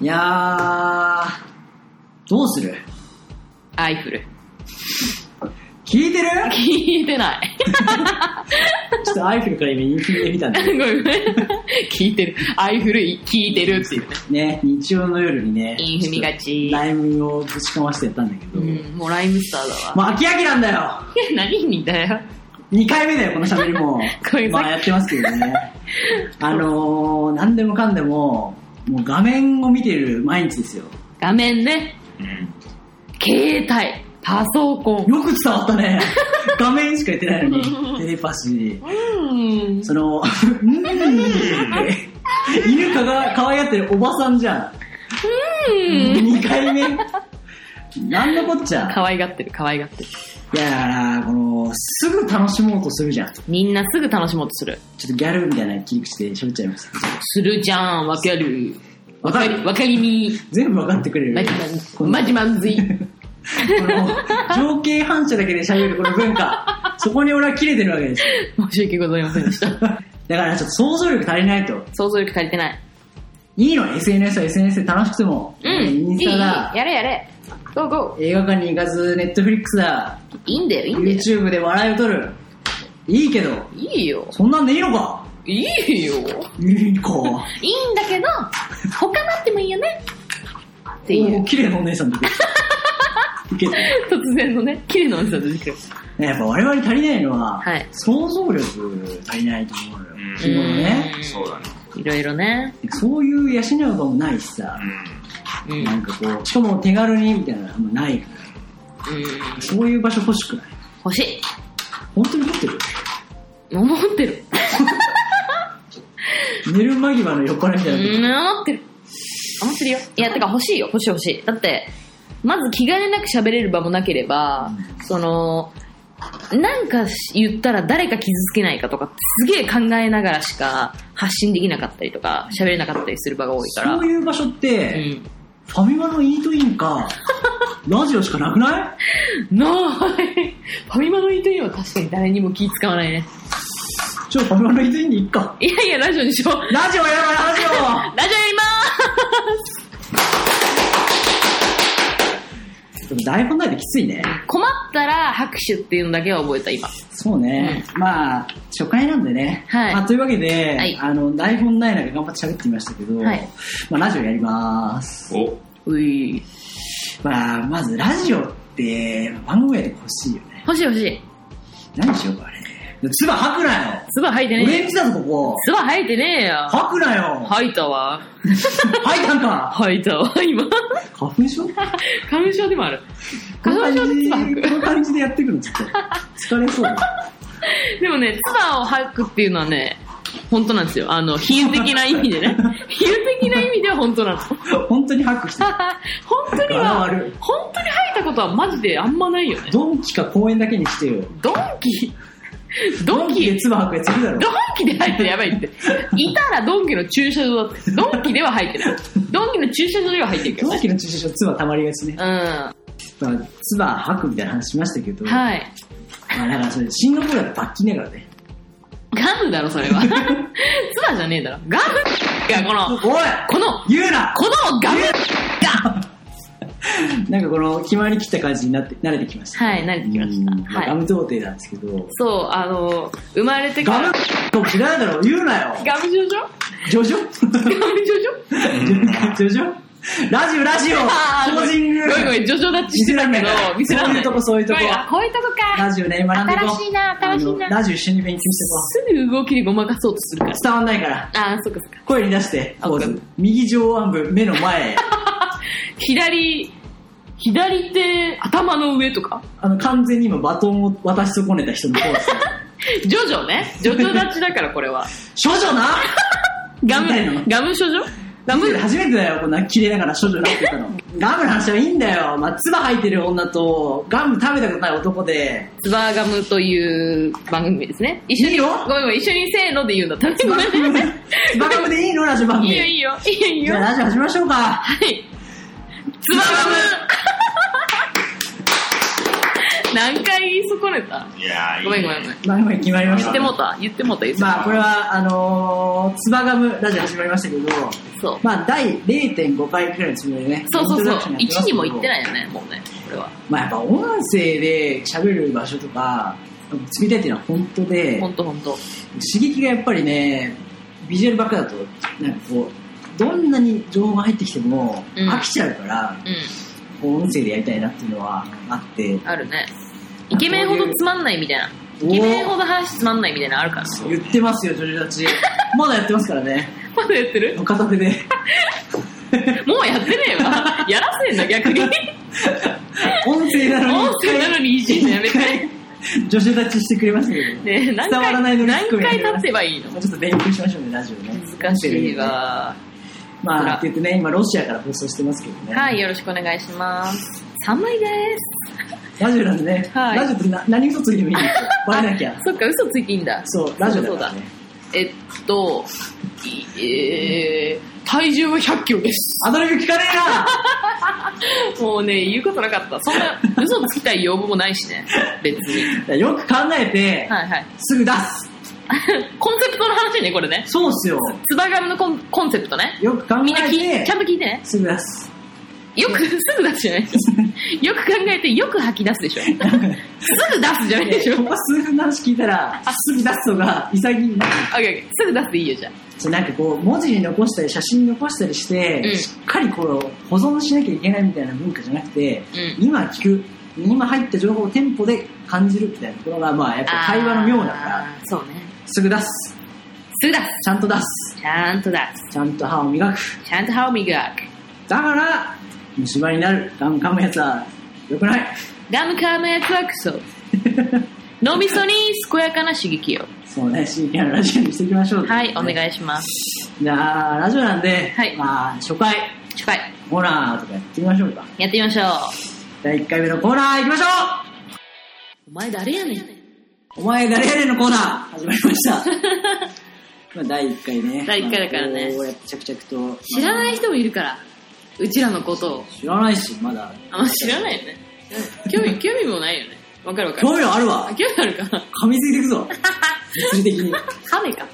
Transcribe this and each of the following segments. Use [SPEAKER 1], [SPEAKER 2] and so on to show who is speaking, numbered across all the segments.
[SPEAKER 1] いやー、どうする
[SPEAKER 2] アイフル。
[SPEAKER 1] 聞いてる
[SPEAKER 2] 聞いてない。
[SPEAKER 1] ちょっとアイフルから今インフレ見たんだ
[SPEAKER 2] ご
[SPEAKER 1] けど
[SPEAKER 2] めん。聞いてる。アイフル聞いてるって いうね。
[SPEAKER 1] ね、日曜の夜にね、
[SPEAKER 2] インフミがち
[SPEAKER 1] ょっとライムをぶちかましてやったんだけ
[SPEAKER 2] う
[SPEAKER 1] ど、
[SPEAKER 2] ん、もうライムスターだわ。
[SPEAKER 1] もう飽き飽きなんだよ
[SPEAKER 2] いや 何にだよ。
[SPEAKER 1] 2回目だよ、この喋りも
[SPEAKER 2] ごめん。な
[SPEAKER 1] ま
[SPEAKER 2] さい
[SPEAKER 1] あやってますけどね。あのー、何でもかんでも、もう画面を見てる毎日ですよ。
[SPEAKER 2] 画面ね。携帯、パソコン。
[SPEAKER 1] よく伝わった ね。画面しか言ってないのに、テレパシー。
[SPEAKER 2] うん。
[SPEAKER 1] その、うーんって犬かが可愛がってるおばさんじゃん。2回目。なんのこっちゃ。
[SPEAKER 2] 可愛がってる、可愛がってる。
[SPEAKER 1] いやだから、この、すぐ楽しもうとするじゃん。ちょ
[SPEAKER 2] みんなすぐ楽しもうとす
[SPEAKER 1] っ
[SPEAKER 2] る。
[SPEAKER 1] とギャルみたいな切り口で喋っちゃいました。
[SPEAKER 2] するじゃん、わかる。
[SPEAKER 1] わかる
[SPEAKER 2] わかりみ。
[SPEAKER 1] 全部わかってくれる。
[SPEAKER 2] マジ
[SPEAKER 1] こ
[SPEAKER 2] まん
[SPEAKER 1] の
[SPEAKER 2] マジまんずい。
[SPEAKER 1] この情景反射だけで喋るこの文化。そこに俺は切れてるわけですよ。
[SPEAKER 2] 申し訳ございませんでした。
[SPEAKER 1] だからちょっと想像力足りないと。
[SPEAKER 2] 想像力足りてない。
[SPEAKER 1] いいの ?SNS は SNS で楽しくても。
[SPEAKER 2] うん。
[SPEAKER 1] インスタだ
[SPEAKER 2] いいいいやれやれ。ゴーゴー。
[SPEAKER 1] 映画館に行かず、ネットフリックスだ。
[SPEAKER 2] いいんだよ、いいんだよ。
[SPEAKER 1] YouTube で笑いを取る。いいけど、
[SPEAKER 2] いいよ。
[SPEAKER 1] そんなんでいいのか
[SPEAKER 2] いいよ。
[SPEAKER 1] いいか。
[SPEAKER 2] いいんだけど、他なってもいいよね。ってい
[SPEAKER 1] お
[SPEAKER 2] う
[SPEAKER 1] ー。綺麗なお姉さんだけ。いけたね
[SPEAKER 2] 突然のね、綺麗なおじさん出てきてる。
[SPEAKER 1] やっぱ我々に足りないのは、
[SPEAKER 2] はい
[SPEAKER 1] 想像力足りないと思うのよ。
[SPEAKER 3] うん
[SPEAKER 1] 日頃ね。
[SPEAKER 2] うん
[SPEAKER 3] そうだね。
[SPEAKER 2] いろいろね。
[SPEAKER 1] そういう養う場もないしさ
[SPEAKER 3] う、ん。
[SPEAKER 2] うん。
[SPEAKER 1] なんかこう、しかも手軽にみたいなのもないから。
[SPEAKER 2] うん
[SPEAKER 1] そういう場所欲しくない
[SPEAKER 2] 欲しい。
[SPEAKER 1] 本当に持ってる
[SPEAKER 2] 思ってる。
[SPEAKER 1] 寝る間際の横っ腹みたいな。
[SPEAKER 2] うん、思ってる。思ってるよ。いや、てか欲しいよ。欲しい欲しい。だって、まず気兼ねなく喋れる場もなければ、その、なんか言ったら誰か傷つけないかとか、すげえ考えながらしか発信できなかったりとか、喋れなかったりする場が多いから。
[SPEAKER 1] そういう場所って、ファミマのイートインか、ラジオしかなくない
[SPEAKER 2] うん。ない。ファミマのイートインは確かに誰にも気使わないね。
[SPEAKER 1] ちょ、ファミマのイートインに行っか。
[SPEAKER 2] いやいや、ラジオにしよう。ラジ
[SPEAKER 1] ラジオやろう、ラジ
[SPEAKER 2] オやりま
[SPEAKER 1] オでも台本ないときついね。
[SPEAKER 2] ーす困ったら拍手っていうのだけは覚えた、今。
[SPEAKER 1] そうね。まあ、初回なんでね。
[SPEAKER 2] はい
[SPEAKER 1] まあというわけで、
[SPEAKER 2] はい
[SPEAKER 1] あの、台本ない中頑張って喋ってみましたけど、
[SPEAKER 2] はい
[SPEAKER 1] まあ、ラジオやります。
[SPEAKER 3] お、
[SPEAKER 2] うい。
[SPEAKER 1] まあ、まずラジオって、番組やってほしいよね。
[SPEAKER 2] 欲しい欲しい。
[SPEAKER 1] 何しようか、あれ。唾吐くなよ。
[SPEAKER 2] 唾吐いてね
[SPEAKER 1] 俺
[SPEAKER 2] え。
[SPEAKER 1] んちだぞ、ここ。
[SPEAKER 2] 唾吐いてねえよ。
[SPEAKER 1] 吐くなよ。
[SPEAKER 2] 吐いたわ。
[SPEAKER 1] 吐いたんか。
[SPEAKER 2] 吐いたわ、今。
[SPEAKER 1] 花粉症
[SPEAKER 2] 花粉症でもある。
[SPEAKER 1] この
[SPEAKER 2] 花粉症
[SPEAKER 1] 感じ
[SPEAKER 2] で唾吐
[SPEAKER 1] この感じでやってくの、ちょっと。疲れそうだ。
[SPEAKER 2] く。でもね、唾を吐くっていうのはね、本当なんですよ。あの、比喩的な意味でね。比喩的な意味では本当なの。本
[SPEAKER 1] 本当に吐く人。
[SPEAKER 2] 当には、
[SPEAKER 1] ある
[SPEAKER 2] 本当に吐いたことはマジであんまないよね。
[SPEAKER 1] ドンキか公園だけにしてよ。
[SPEAKER 2] ドンキドンキ
[SPEAKER 1] で唾吐くやついるだろ
[SPEAKER 2] ド。ンキで入ってるやばいって。いたらドンキの駐車場だって。ドンキでは入ってない。ドンキの駐車場では入ってるけど
[SPEAKER 1] ドン
[SPEAKER 2] ね。
[SPEAKER 1] キの駐車場、唾溜まりがちね
[SPEAKER 2] う。ん。は
[SPEAKER 1] まあ、唾吐くみたいな話しましたけど、
[SPEAKER 2] い。
[SPEAKER 1] まあ、だからそれ、シンガポールだと罰金だからね。
[SPEAKER 2] ガムだろ、そ れは。ツバじゃねえだろ。ガムいや、こ
[SPEAKER 1] お
[SPEAKER 2] の、
[SPEAKER 1] い
[SPEAKER 2] この、
[SPEAKER 1] 言うな
[SPEAKER 2] このガム
[SPEAKER 1] なんかこの、決まりきった感じになって、慣れてきました。
[SPEAKER 2] はい、慣れてきまし
[SPEAKER 1] うん
[SPEAKER 2] た。
[SPEAKER 1] あガ
[SPEAKER 2] はい。
[SPEAKER 1] ム童貞なんですけど、
[SPEAKER 2] そう、あの、生まれてか
[SPEAKER 1] ガム
[SPEAKER 2] ら、
[SPEAKER 1] と違うだろ、言うなよ。
[SPEAKER 2] ガムジョジョ
[SPEAKER 1] ジョジョ
[SPEAKER 2] ガムジョジョ
[SPEAKER 1] ジョジョラジオ、ラジオ
[SPEAKER 2] あー
[SPEAKER 1] ポージング
[SPEAKER 2] ごめんごめん、ジョジョダッチしてたけど
[SPEAKER 1] 見せらんない、そうい
[SPEAKER 2] 見せらんない。
[SPEAKER 1] うとこそういうとこ
[SPEAKER 2] ごめんあこういうとこ
[SPEAKER 1] ラ
[SPEAKER 2] か。
[SPEAKER 1] ジオね、学んでいこう。
[SPEAKER 2] 新しいな新しいな
[SPEAKER 1] あのラジオ一緒に勉強して
[SPEAKER 2] すぐ動きでごまかそうとするか
[SPEAKER 1] いこう。伝わんないから。
[SPEAKER 2] ら。あー、そっかそっか。
[SPEAKER 1] 声に出して、
[SPEAKER 2] あ
[SPEAKER 1] ポー
[SPEAKER 2] わか
[SPEAKER 1] ズ。右上腕部、目の 前。
[SPEAKER 2] 左、左手、頭の上とか
[SPEAKER 1] あの、完全に今バトンを渡し損ねた人のポーズ。
[SPEAKER 2] ジョジョね。ジョジョ立ちだから、これは。
[SPEAKER 1] 少女な
[SPEAKER 2] ガム
[SPEAKER 1] 見たいの、
[SPEAKER 2] ガム少女ガム、
[SPEAKER 1] 初めてだよ、こんな切れながら少女になってたの。ガムの話はいいんだよ。まあ、唾吐いてる女と、ガム食べたことない男で、
[SPEAKER 2] ツバーガムという番組ですね。一
[SPEAKER 1] い
[SPEAKER 2] 緒
[SPEAKER 1] い
[SPEAKER 2] に、
[SPEAKER 1] よ
[SPEAKER 2] ごめんごめん、一緒にせーので言うんだった。
[SPEAKER 1] 唾
[SPEAKER 2] ごめ
[SPEAKER 1] ガ
[SPEAKER 2] ん
[SPEAKER 1] ムで、唾ガムでいいのラジオ番
[SPEAKER 2] い
[SPEAKER 1] 組。
[SPEAKER 2] いよいいよ、いいよいい
[SPEAKER 1] じ
[SPEAKER 2] よ。
[SPEAKER 1] ゃあ
[SPEAKER 2] は
[SPEAKER 1] ラジオ始めましょうか。
[SPEAKER 2] い。ツバーガム 何回言い損ねた
[SPEAKER 3] いやー、い
[SPEAKER 2] ご
[SPEAKER 3] いね
[SPEAKER 2] めんごめんごめん。
[SPEAKER 1] まあ、今決まりまし
[SPEAKER 2] 言
[SPEAKER 1] た
[SPEAKER 2] って。もうた。言ってもうた。言ってもう
[SPEAKER 1] まあ、これは、あのー、つばがむラジオ始まりましたけど、
[SPEAKER 2] た。そう。
[SPEAKER 1] まあ、第0.5回くらいのつもりでね。
[SPEAKER 2] そうそう
[SPEAKER 1] イントロ
[SPEAKER 2] そ
[SPEAKER 1] ダクショ
[SPEAKER 2] う。
[SPEAKER 1] ンやってます
[SPEAKER 2] 1
[SPEAKER 1] け
[SPEAKER 2] に
[SPEAKER 1] ど
[SPEAKER 2] も行ってないよね、もうね。これは。
[SPEAKER 1] まあ、やっぱ音声で喋る場所とか、作りたいっていうのは本当で、
[SPEAKER 2] ほんとほんと。
[SPEAKER 1] 刺激がやっぱりね、ビジュアルばっかだと、なんかこう、どんなに情報が入ってきても
[SPEAKER 2] うん
[SPEAKER 1] 飽きちゃうから、
[SPEAKER 2] う
[SPEAKER 1] こう音声でやりたいなっていうのはあって、
[SPEAKER 2] ん。あるね。イケメンほどつまんないみたいな。
[SPEAKER 1] お
[SPEAKER 2] イケメンほ
[SPEAKER 1] ー
[SPEAKER 2] ど話つまんないみたいなのあるからね。
[SPEAKER 1] 言ってますよ、女女たち。まだやってますからね、
[SPEAKER 2] まだやってる
[SPEAKER 1] 片手で。
[SPEAKER 2] もうやってねえわ。やらせんな、逆に。
[SPEAKER 1] 音声なのに
[SPEAKER 2] 音、声なのにいじるのやめて。
[SPEAKER 1] 女子立ちしてくれましたけど、
[SPEAKER 2] ねえ何
[SPEAKER 1] 伝わ
[SPEAKER 2] 回、
[SPEAKER 1] らないのに
[SPEAKER 2] 何
[SPEAKER 1] 含め
[SPEAKER 2] 回経てばいいの
[SPEAKER 1] もうちょっと勉強しましょうね、ラジオね。
[SPEAKER 2] 難しいわ。
[SPEAKER 1] まあ、って言ってね、今ロシアから放送してますけどね。
[SPEAKER 2] はい、よろしくお願いします。寒いです。
[SPEAKER 1] ラジオなんでね、
[SPEAKER 2] はい
[SPEAKER 1] ラジオってな何嘘ついてもいいん ですよ。バレなきゃ
[SPEAKER 2] あ。そっか、嘘ついていいんだ。
[SPEAKER 1] そう、ラジオだ
[SPEAKER 2] そう
[SPEAKER 1] から
[SPEAKER 2] だ
[SPEAKER 1] ね。。
[SPEAKER 2] えっと、いえー、体重は100キロです。
[SPEAKER 1] アドリブ聞かね
[SPEAKER 2] もうね、言うことなかった。そんな、 嘘つきたい要望もないしね。別 に。
[SPEAKER 1] えなよく考えて、
[SPEAKER 2] はいはい。
[SPEAKER 1] すぐ出す
[SPEAKER 2] コンセプトの話ね、これね。
[SPEAKER 1] そうっすよ。
[SPEAKER 2] ツバガムのコンコンセプトね。
[SPEAKER 1] よく考
[SPEAKER 2] みんな聞い
[SPEAKER 1] え
[SPEAKER 2] ちゃ
[SPEAKER 1] て
[SPEAKER 2] ん、と聞いてね。
[SPEAKER 1] すぐ出す。
[SPEAKER 2] よく、すぐ出すじゃないよく考えて、よく吐き出す でしょ。すぐ出すじゃないでしょ。
[SPEAKER 1] ここ数分の話聞いたら、すぐ出すのが潔い。
[SPEAKER 2] オッケーオッケーすぐ出すでいいよ、じゃあ。
[SPEAKER 1] そうなんかこう、文字に残したり、写真に残したりして、
[SPEAKER 2] うん
[SPEAKER 1] しっかりこう、保存しなきゃいけないみたいな文化じゃなくて、
[SPEAKER 2] う
[SPEAKER 1] 今聞く、今入った情報をテンポで感じるみたいなところが、まあ、やっぱ会話の妙だから、
[SPEAKER 2] あー。そうね。
[SPEAKER 1] すぐ出す。
[SPEAKER 2] すぐ出す。
[SPEAKER 1] ちゃんと出す。
[SPEAKER 2] ちゃんと出す。
[SPEAKER 1] ちゃんと歯を磨く。
[SPEAKER 2] ちゃんと歯を磨く。
[SPEAKER 1] だから、虫歯になる。ガム噛むやつは、良くない。
[SPEAKER 2] ガムカーのやつはクソ。脳みそに健やかな刺激を。
[SPEAKER 1] そうね、真剣なラジオにしていきましょう。
[SPEAKER 2] はい、お
[SPEAKER 1] い。
[SPEAKER 2] 願いします。
[SPEAKER 1] じゃあ、ラジオなんで、
[SPEAKER 2] はい
[SPEAKER 1] まあ、初回、
[SPEAKER 2] 初回、
[SPEAKER 1] コーナーとかやってみましょうか。
[SPEAKER 2] やってみましょう。
[SPEAKER 1] 第1回目のコーナー行きましょ
[SPEAKER 2] お前誰やねん。
[SPEAKER 1] うお前誰やねんのコーナー始まりま した。まあ、第1回ね。
[SPEAKER 2] 第一回だからね
[SPEAKER 1] まあこうやって着々と。
[SPEAKER 2] 知らない人もいるから、うちらのことを。
[SPEAKER 1] 知らないし、まだ。
[SPEAKER 2] あんま知らないよね。興味、興味もないよね。わかるわかる。
[SPEAKER 1] 興味はある
[SPEAKER 2] あ
[SPEAKER 1] わ。
[SPEAKER 2] 興味あるかな。
[SPEAKER 1] 噛みついていく ぞ。物理的に。
[SPEAKER 2] カメか。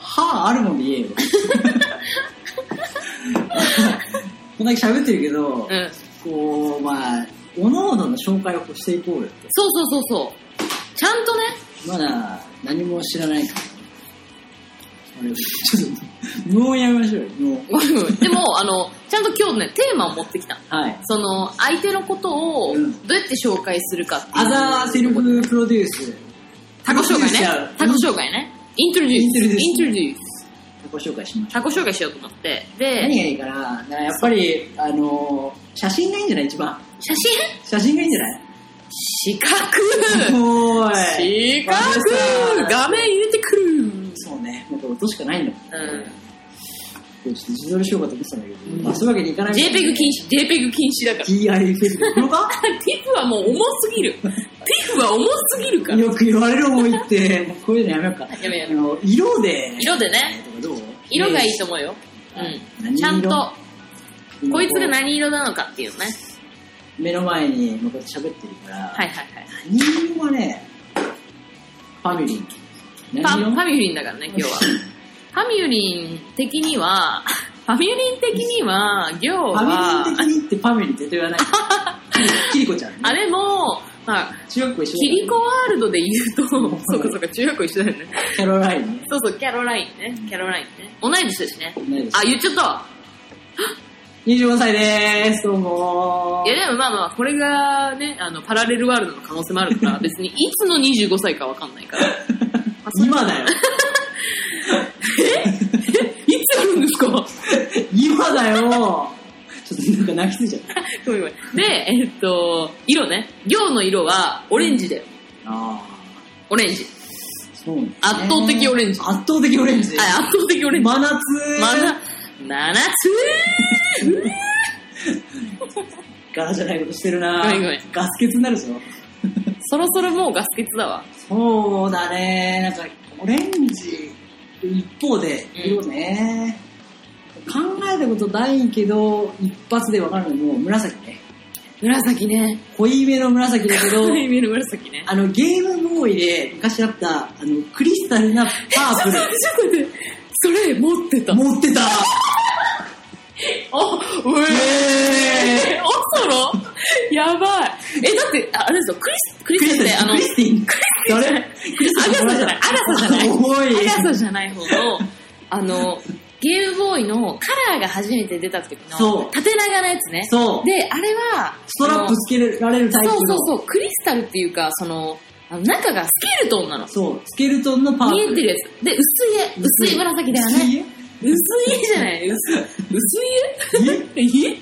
[SPEAKER 1] 歯あるもんで言えよ。こんだけ喋ってるけど、
[SPEAKER 2] うん。
[SPEAKER 1] こう、まあ、おのおのの紹介をこうしていこうよって。
[SPEAKER 2] そうそうそうそう。ちゃんとね、
[SPEAKER 1] まだ何も知らないから。あれ、ちょっと、無音やめましょうよ、無音。
[SPEAKER 2] ごめんごめんでも、あの、ちゃんと今日ね、テーマを持ってきた。
[SPEAKER 1] はい。
[SPEAKER 2] その、相手のことを、
[SPEAKER 1] う
[SPEAKER 2] どうんやって紹介するかっていう。
[SPEAKER 1] アザーセルフプロデュース。
[SPEAKER 2] タコ紹介ね。タコ
[SPEAKER 1] 自己
[SPEAKER 2] 紹介ね。イントロデュース。イ
[SPEAKER 1] イ
[SPEAKER 2] ン
[SPEAKER 1] ン
[SPEAKER 2] ト
[SPEAKER 1] ト
[SPEAKER 2] ロ
[SPEAKER 1] ロ
[SPEAKER 2] デュース。
[SPEAKER 1] タコ紹介しましょ
[SPEAKER 2] タコ紹介しようと思って。
[SPEAKER 1] う。
[SPEAKER 2] で
[SPEAKER 1] 何、がいいかなだからやっぱり、あのー、写真がいいんじゃない一番。
[SPEAKER 2] 写
[SPEAKER 1] 写真がいいんじゃない
[SPEAKER 2] 真四角
[SPEAKER 1] すごい。
[SPEAKER 2] 四角
[SPEAKER 1] 丸さ
[SPEAKER 2] 画面入れてくるうん。
[SPEAKER 1] そうね。もうこれ音しかないんだもん。ちょっと自撮りしようかと思ってたんだけど、まあそういうわけにいかない。
[SPEAKER 2] JPEG 禁止、JPEG 禁止 だか ら。
[SPEAKER 1] 止。TIFF。黒 か
[SPEAKER 2] TIFF はもう重すぎる。TIFF は重すぎるから。
[SPEAKER 1] よく言われる思いって、もうこういうのやめようか。
[SPEAKER 2] やめよう
[SPEAKER 1] あの色で。
[SPEAKER 2] 色でね。
[SPEAKER 1] とかどう
[SPEAKER 2] 色がいいと思うよ。う
[SPEAKER 1] 何色
[SPEAKER 2] ん。ちゃんと、
[SPEAKER 1] 今
[SPEAKER 2] こいつが何色なのかっていうね。
[SPEAKER 1] 目の前に向かって喋ってるから、
[SPEAKER 2] はいはいはい。
[SPEAKER 1] 何色はね、ファミリー。
[SPEAKER 2] ファ
[SPEAKER 1] 何
[SPEAKER 2] フ
[SPEAKER 1] 色
[SPEAKER 2] ァミュリンだからね、 今日は。ファミュリン的には、 ファミュリン的には、行
[SPEAKER 1] ファ
[SPEAKER 2] は
[SPEAKER 1] ミリ、ー的にってファミリーって言わ ない。キリコちゃんね。
[SPEAKER 2] あれも、まあ、
[SPEAKER 1] 中学校一緒
[SPEAKER 2] キリコワールドで言うと、そううかそうか、中学校一緒だよね。
[SPEAKER 1] キャロラインね。
[SPEAKER 2] そうそう、キャロラインね。キャロラインね。同い年だしね。
[SPEAKER 1] いです
[SPEAKER 2] あ、言っちゃった。
[SPEAKER 1] 24歳でーす、どうも
[SPEAKER 2] いや、でもまあまあ、これがね、あの、パラレルワールドの可能性もある から、別にいつの25歳かわかんないから。あそ
[SPEAKER 1] ー。
[SPEAKER 2] れ
[SPEAKER 1] 今だよ。
[SPEAKER 2] いつあるんですか
[SPEAKER 1] 今だよ。ちょっとなんか泣きついちゃった。
[SPEAKER 2] ごめんごめん。で、えっと、色ね。行の色は、オレンジだよ。
[SPEAKER 1] あ
[SPEAKER 2] オレンジ。
[SPEAKER 1] ーそうね
[SPEAKER 2] 圧倒的オレンジ
[SPEAKER 1] 圧倒的オレンジ。
[SPEAKER 2] あ圧倒的オレンジ。
[SPEAKER 1] 真夏。
[SPEAKER 2] まな、 真夏
[SPEAKER 1] 柄じゃないことしてるな
[SPEAKER 2] ごめんごめん
[SPEAKER 1] ガス欠になるぞ。
[SPEAKER 2] そろそろもうガス欠だわ。
[SPEAKER 1] そうだね。なんか、オレンジ、一方で、色ね、考えたことないけど、一発でわかるのも、紫ね。
[SPEAKER 2] 紫ね。
[SPEAKER 1] 濃いめの紫だけど、
[SPEAKER 2] 濃いめの紫ね。
[SPEAKER 1] あの、ゲームボーイで昔あった、あの、クリスタルなパープ
[SPEAKER 2] ちょっと待って、それ持ってた。
[SPEAKER 1] ル。持 ってた
[SPEAKER 2] あ、うえ
[SPEAKER 1] え
[SPEAKER 2] ー、オソロやばい。え、だって、ああれですよ、クリス、クリ
[SPEAKER 1] クリ
[SPEAKER 2] ス
[SPEAKER 1] ス
[SPEAKER 2] って、
[SPEAKER 1] タ
[SPEAKER 2] あ
[SPEAKER 1] ル、
[SPEAKER 2] の
[SPEAKER 1] クリ、スティン。誰クリスタル
[SPEAKER 2] アガサじゃない、アガサじゃない、
[SPEAKER 1] 重い。
[SPEAKER 2] アガサじゃない方の、あの、ゲームボーイのカラーが初めて出た時
[SPEAKER 1] そ
[SPEAKER 2] の、
[SPEAKER 1] う
[SPEAKER 2] 縦長のやつね。
[SPEAKER 1] そう。
[SPEAKER 2] で、あれは、
[SPEAKER 1] ストラップつけられるタイプ
[SPEAKER 2] そ
[SPEAKER 1] の
[SPEAKER 2] う。そうそう、クリスタルっていうか、その、あの中がスケルトンなの。
[SPEAKER 1] そう。スケルトンのパープ
[SPEAKER 2] 見
[SPEAKER 1] ル。
[SPEAKER 2] えてるやつ。で、薄い絵、薄い紫だよ
[SPEAKER 1] 薄い
[SPEAKER 2] ね。
[SPEAKER 1] よ
[SPEAKER 2] 薄い絵じゃない薄い 絵え違う違う。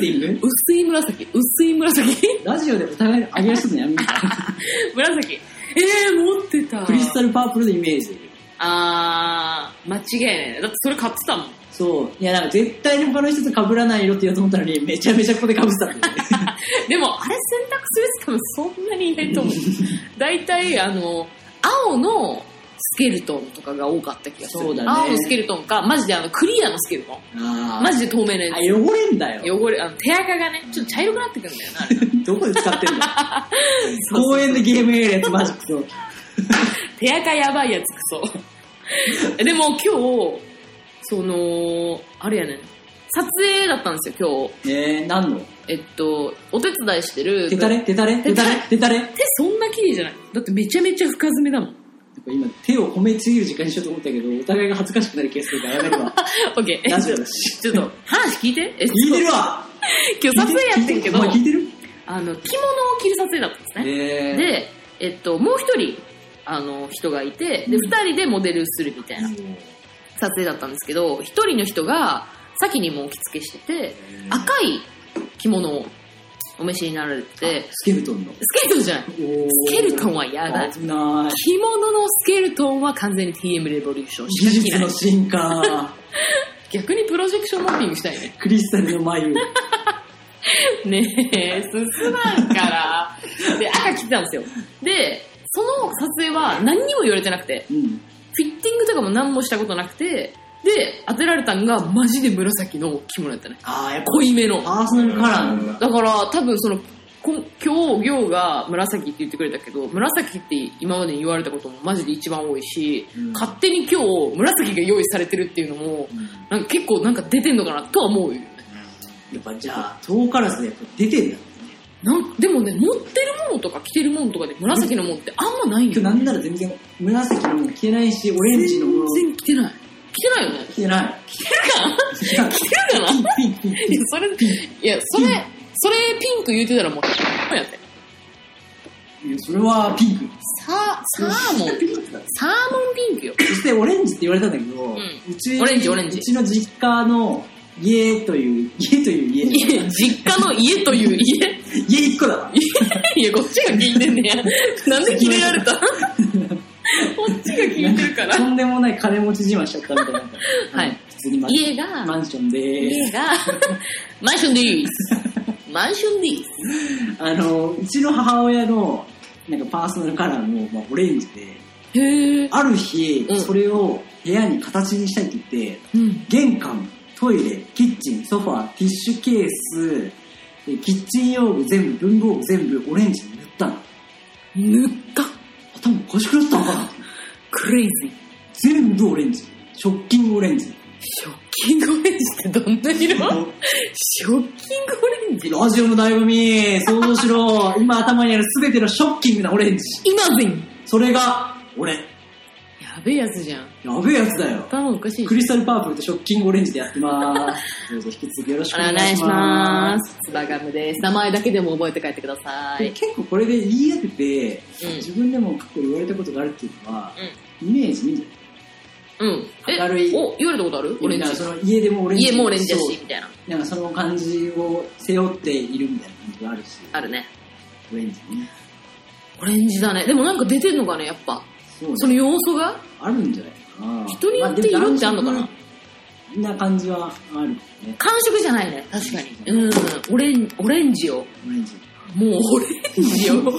[SPEAKER 1] ビルディング
[SPEAKER 2] 薄い紫、薄い紫、
[SPEAKER 1] ラジオでお互いに上げ出すのやめた。
[SPEAKER 2] 紫。えー、持ってた。
[SPEAKER 1] クリスタルパープルのイメージ。
[SPEAKER 2] あー、間違いない。だってそれ買ってたもん。
[SPEAKER 1] そう。いや、なんか絶対に他の人と被らないよって言おうと思ったのに、めちゃめちゃここで被ってたんだよね
[SPEAKER 2] でも、あれ選択する人多分そんなにいな いと思う。大体、あの、青のスケルトンとかが多かった気がする。
[SPEAKER 1] そうだね
[SPEAKER 2] 青のスケルトンか、マジであの、クリアのスケルトン。
[SPEAKER 1] あー
[SPEAKER 2] マジで透明なや
[SPEAKER 1] あ、汚れんだ
[SPEAKER 2] つ。
[SPEAKER 1] よ。
[SPEAKER 2] 汚れ、あの、手垢がね、ちょっと茶色くなってくるんだよなあれ。
[SPEAKER 1] どこで使ってんだ 公園でゲームやるやつマジクソ。
[SPEAKER 2] 手垢やばいやつくそ でも今日そのあれやねん撮影だったんですよ
[SPEAKER 1] えー、何の
[SPEAKER 2] 今日えっとお手伝いしてる
[SPEAKER 1] 手たれ手たれ手たれ手たれなんか
[SPEAKER 2] 手そんな綺麗じゃないだってめちゃめちゃ深爪だもん
[SPEAKER 1] 今手を褒めちぎる時間にしようと思ったけど、お互いが恥ずかしくなるケースがやめるわ。
[SPEAKER 2] オッケー
[SPEAKER 1] ラ
[SPEAKER 2] え
[SPEAKER 1] ジオだし。
[SPEAKER 2] ちょっと話聞いてえ
[SPEAKER 1] 聞いてるわ
[SPEAKER 2] 今日撮影やってんけど
[SPEAKER 1] お前聞いてる
[SPEAKER 2] あの着物を着る撮影だったんですね、
[SPEAKER 1] えー、
[SPEAKER 2] でえっともう一人あの人がいて
[SPEAKER 1] うん
[SPEAKER 2] で二人でモデルするみたいな撮影だったんですけど一人の人が先にもう着付けしてて赤い着物をお召しになられて、
[SPEAKER 1] スケルトンの。
[SPEAKER 2] スケルトンじゃないスケルトンはやばい。
[SPEAKER 1] 危ない。
[SPEAKER 2] 着物のスケルトンは完全に TM レボリューションし
[SPEAKER 1] 技
[SPEAKER 2] か着
[SPEAKER 1] 術
[SPEAKER 2] な
[SPEAKER 1] の
[SPEAKER 2] い。
[SPEAKER 1] 進化。
[SPEAKER 2] 逆にプロジェクションマッピングしたいね。
[SPEAKER 1] クリスタルの眉。
[SPEAKER 2] ねえ、進まんから。で、赤着てたんですよ。で、その撮影は何にも言われてなくて、
[SPEAKER 1] うん。
[SPEAKER 2] フィッティングとかも何もしたことなくて、で、当てられたんがマジで紫の着物やったね。
[SPEAKER 1] あー、やっぱ
[SPEAKER 2] 濃いめの。
[SPEAKER 1] パーソナルカラーなんだ。
[SPEAKER 2] だから多分そのこ今日行が紫って言ってくれたけど紫って今までに言われたこともマジで一番多いし、
[SPEAKER 1] うん
[SPEAKER 2] 勝手に今日紫が用意されてるっていうのもなんか結構なんか出てんのかなとは思うよね
[SPEAKER 1] やっぱじゃあ、唐辛子でやっぱ出てんだ。
[SPEAKER 2] なんでもね持ってるものとか着てるものとかで紫のものってあんまないん
[SPEAKER 1] 今日
[SPEAKER 2] よ
[SPEAKER 1] なんなら全然紫のも着てないし、オレンジのもの
[SPEAKER 2] 全然着てない着てないよね
[SPEAKER 1] 着てない。着てるか
[SPEAKER 2] 着てるかない
[SPEAKER 1] ピンピンピン
[SPEAKER 2] や それいやそれそれピンク言うてたらもうやって
[SPEAKER 1] ンいやそれはピンク。
[SPEAKER 2] サーサーモン
[SPEAKER 1] ピンクだ
[SPEAKER 2] サーモンピンクよ
[SPEAKER 1] そしてオレンジって言われたんだけど、
[SPEAKER 2] ん
[SPEAKER 1] うち
[SPEAKER 2] オレンジオレンジ
[SPEAKER 1] うちの実家の家という、家という家。
[SPEAKER 2] いや実家の家という家
[SPEAKER 1] 家一個だわ。
[SPEAKER 2] いや、こっちが聞いてんね や。なんでキレられ たこっちが聞いてるか
[SPEAKER 1] と
[SPEAKER 2] ら。
[SPEAKER 1] んでもない金持ち自慢しちゃったみたいな。
[SPEAKER 2] はい。
[SPEAKER 1] 普通にマン
[SPEAKER 2] 家が、
[SPEAKER 1] マンションでーす。
[SPEAKER 2] 家が、マンションで ーす。マンションでーす。
[SPEAKER 1] あの、うちの母親の、なんかパーソナルカラーも、まあ、オレンジで、
[SPEAKER 2] へえ。
[SPEAKER 1] ある日
[SPEAKER 2] うん、
[SPEAKER 1] それを部屋に形にしたいって言って、
[SPEAKER 2] うん。
[SPEAKER 1] 玄関、トイレ、キッチン、ソファー、ティッシュケース、でキッチン用具全部、文房具全部オレンジに塗ったの。
[SPEAKER 2] 塗った。
[SPEAKER 1] 頭おかしくなったのかな
[SPEAKER 2] クレイジー。
[SPEAKER 1] 全部オレンジ。ショッキングオレンジ。
[SPEAKER 2] ショッキングオレンジってどんな色ショッキングオレンジ
[SPEAKER 1] ラジオの醍醐味、想像しろ。今頭にある全てのショッキングなオレンジ。
[SPEAKER 2] 今ぜん。
[SPEAKER 1] それが、俺。
[SPEAKER 2] やべえやつじゃん。
[SPEAKER 1] やべえやつだ よ。
[SPEAKER 2] 頭おかしい
[SPEAKER 1] ク。リスタルパープルとショッキングオレンジでやってます。どうぞ引き続きよろしく
[SPEAKER 2] お
[SPEAKER 1] お
[SPEAKER 2] 願
[SPEAKER 1] 願
[SPEAKER 2] い
[SPEAKER 1] い
[SPEAKER 2] し
[SPEAKER 1] し
[SPEAKER 2] ま
[SPEAKER 1] ます。
[SPEAKER 2] す。ツバガムです。名前だけでも覚えて帰ってくださ
[SPEAKER 1] で
[SPEAKER 2] い。
[SPEAKER 1] 結構これで言い当てて、
[SPEAKER 2] うん
[SPEAKER 1] 自分でも過去言われたことがあるっていうのは、イメージいいんじゃない
[SPEAKER 2] うん。え、
[SPEAKER 1] 明るい
[SPEAKER 2] お、言われたことあるオレン
[SPEAKER 1] なん
[SPEAKER 2] ジ
[SPEAKER 1] か。その家でもオレンジ。
[SPEAKER 2] 家もオレンジだ
[SPEAKER 1] そ
[SPEAKER 2] し、みたいな。
[SPEAKER 1] う。なんかその感じを背負っているみたいな感じがあるし、
[SPEAKER 2] あるね。
[SPEAKER 1] オレンジね。
[SPEAKER 2] オレンジだね。でもなんか出てんのかね、やっぱ。
[SPEAKER 1] そうね
[SPEAKER 2] その要素が
[SPEAKER 1] あるんじゃないかな。
[SPEAKER 2] 人によって色ってあんのかな
[SPEAKER 1] まあでも男色な感じはあるからね。
[SPEAKER 2] 感触じゃないね。確かに。うん。オレン、オレンジよ。
[SPEAKER 1] オレンジ。
[SPEAKER 2] もうオレンジよ。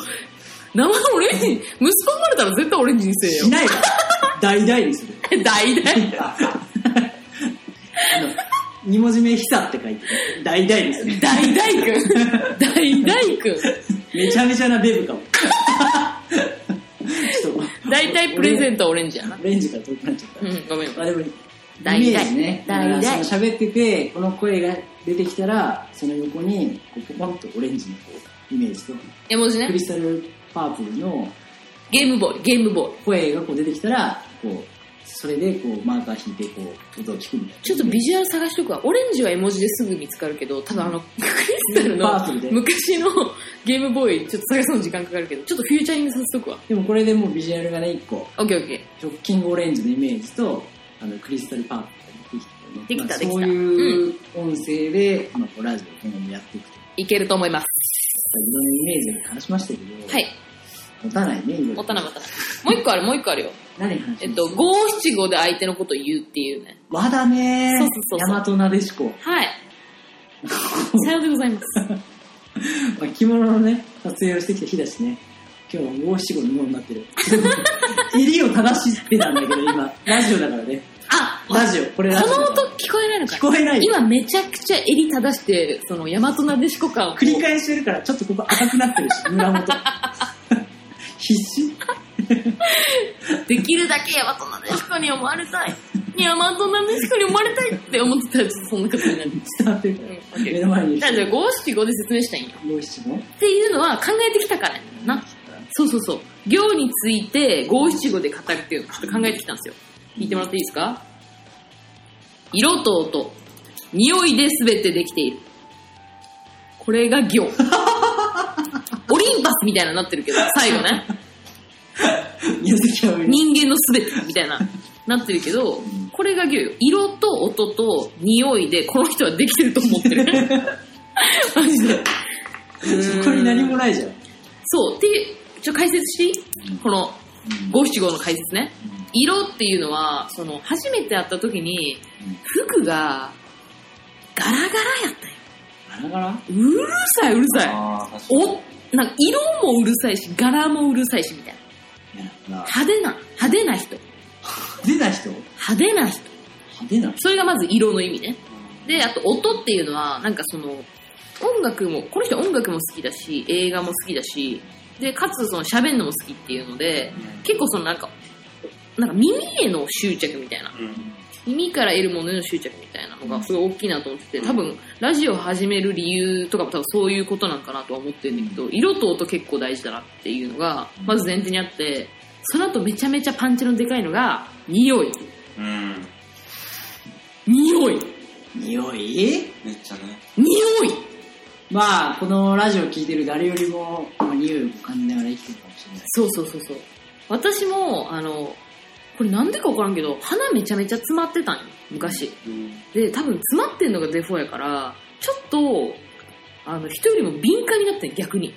[SPEAKER 2] 名前オレンジ。息子生まれたら絶対オレンジにせえ
[SPEAKER 1] しない わ。大々にする。
[SPEAKER 2] よ。大々。
[SPEAKER 1] あの、二文字目、ひさって書いて、大々ですね。
[SPEAKER 2] 大大君大大君
[SPEAKER 1] めちゃめちゃなデブか も。ちょっと
[SPEAKER 2] 大体プレゼントはオレンジやな
[SPEAKER 1] オレンジから遠くなっちゃっ
[SPEAKER 2] うんごめん
[SPEAKER 1] た。あ、でも、イメ
[SPEAKER 2] 大々
[SPEAKER 1] ージね。だから
[SPEAKER 2] 大々
[SPEAKER 1] その喋ってて、この声が出てきたら、その横に、こうポコンとオレンジのこうイメージと、
[SPEAKER 2] 絵文字
[SPEAKER 1] ク
[SPEAKER 2] ね
[SPEAKER 1] リスタルパープルの
[SPEAKER 2] ゲームボーイゲームボーイ
[SPEAKER 1] 声がこう出てきたら、こう、それでこうマーカー引いて、こう、音を聞くみたいな。
[SPEAKER 2] ちょっとビジュアル探しとくわオレンジは絵文字ですぐ見つかるけどただあのクリスタル
[SPEAKER 1] パープルで
[SPEAKER 2] の昔のゲームボーイちょっと探すの時間かかるけどちょっとフューチャリングさせとくわ
[SPEAKER 1] でもこれでもうビジュアルがね、一個、
[SPEAKER 2] オッケーオッケ
[SPEAKER 1] ショッキングオレンジのイメージと、あの、クリスタルパープルができたよね。
[SPEAKER 2] できたできた
[SPEAKER 1] まあそういう音声で、まあ、こうラジオを今後もやっていくと。
[SPEAKER 2] ーいけると思います
[SPEAKER 1] いろんなイメージで話しましたけど、
[SPEAKER 2] はい
[SPEAKER 1] 持たないね、いろいろ
[SPEAKER 2] 持たない持たないもう一個あるもう一個あるよ
[SPEAKER 1] 何話します
[SPEAKER 2] えっと五七五で相手のことを言うっていうね
[SPEAKER 1] 和だね
[SPEAKER 2] そうそうそうそう
[SPEAKER 1] 大和なでしこ。
[SPEAKER 2] はい さようでございます
[SPEAKER 1] まあ、着物のね、撮影をしてきた日だしね。今日は五七五のものになってる。 襟を正してたんだけど、今。ラジオだからね。
[SPEAKER 2] あこ
[SPEAKER 1] ラジオ、これラジオだ
[SPEAKER 2] の
[SPEAKER 1] から。
[SPEAKER 2] 音聞こえないのか
[SPEAKER 1] 聞こえないよ
[SPEAKER 2] 今めちゃくちゃ襟正してその大和なでしこ感を
[SPEAKER 1] 繰り返してるから、ちょっとここ赤くなってるし、胸 元。必死
[SPEAKER 2] できるだけヤマトナデシコに思われたい。ヤマトナデシコに思われたいって思ってたら、ちょっとそんなことになる。
[SPEAKER 1] 伝わってるか
[SPEAKER 2] うん
[SPEAKER 1] ら。
[SPEAKER 2] オッケー
[SPEAKER 1] 目の前に
[SPEAKER 2] じゃあ、じゃあ、五七五で説明したいんよ。
[SPEAKER 1] 五七五
[SPEAKER 2] っていうのは考えてきたからやな。そうそうそう。行について五七五で語るっていうのをちょっと考えてきたんですよ。聞いてもらっていいですか色と音、匂いで全てできている。これが 行。オリンパスみたいなのになってるけど、最後ね。
[SPEAKER 1] 宮崎は
[SPEAKER 2] 人間のすべてみたいな、なってるけど、これが牛よ。色と音と匂いで、この人はできてると思ってる。 マジで。
[SPEAKER 1] そこに何もないじゃん。
[SPEAKER 2] そう。っていう、ちょ、解説していいこの五七五の解説ね。色っていうのは、その、初めて会った時に、服が、ガラガラやったよ。
[SPEAKER 1] ガラガラ
[SPEAKER 2] うるさい、うるさい。
[SPEAKER 1] ああ、確
[SPEAKER 2] お、なんか色もうるさいし、柄もうるさいし、みたいな。
[SPEAKER 1] に。いや
[SPEAKER 2] 派手な、派手な人。
[SPEAKER 1] 派手な人派
[SPEAKER 2] 派手な人。
[SPEAKER 1] 手な人
[SPEAKER 2] それがまず色の意味ね。で、あと音っていうのは、なんかその、音楽も、この人音楽も好きだし、映画も好きだし、で、かつその喋るのも好きっていうので、結構そのなんか、なんか耳への執着みたいな。耳から得るものへの執着みたいなのがすごい大きいなと思ってて、多分、ラジオ始める理由とかも多分そういうことなんかなとは思ってるんだけど、色と音結構大事だなっていうのが、まず前提にあって、その後めちゃめちゃパンチのでかいのが、匂い。
[SPEAKER 3] うん。
[SPEAKER 2] 匂い
[SPEAKER 1] 匂い
[SPEAKER 3] めっちゃね。
[SPEAKER 2] 匂い
[SPEAKER 1] まあ、このラジオ聞いてる誰よりも、まあ、匂いを感じながら生きてるかもしれない。
[SPEAKER 2] そうそうそうそう。私も、あの、これなんでかわからんけど、鼻めちゃめちゃ詰まってたんよ、昔。
[SPEAKER 3] うん。
[SPEAKER 2] で、多分詰まってんのがデフォやから、ちょっと、あの、人よりも敏感になってん、逆に。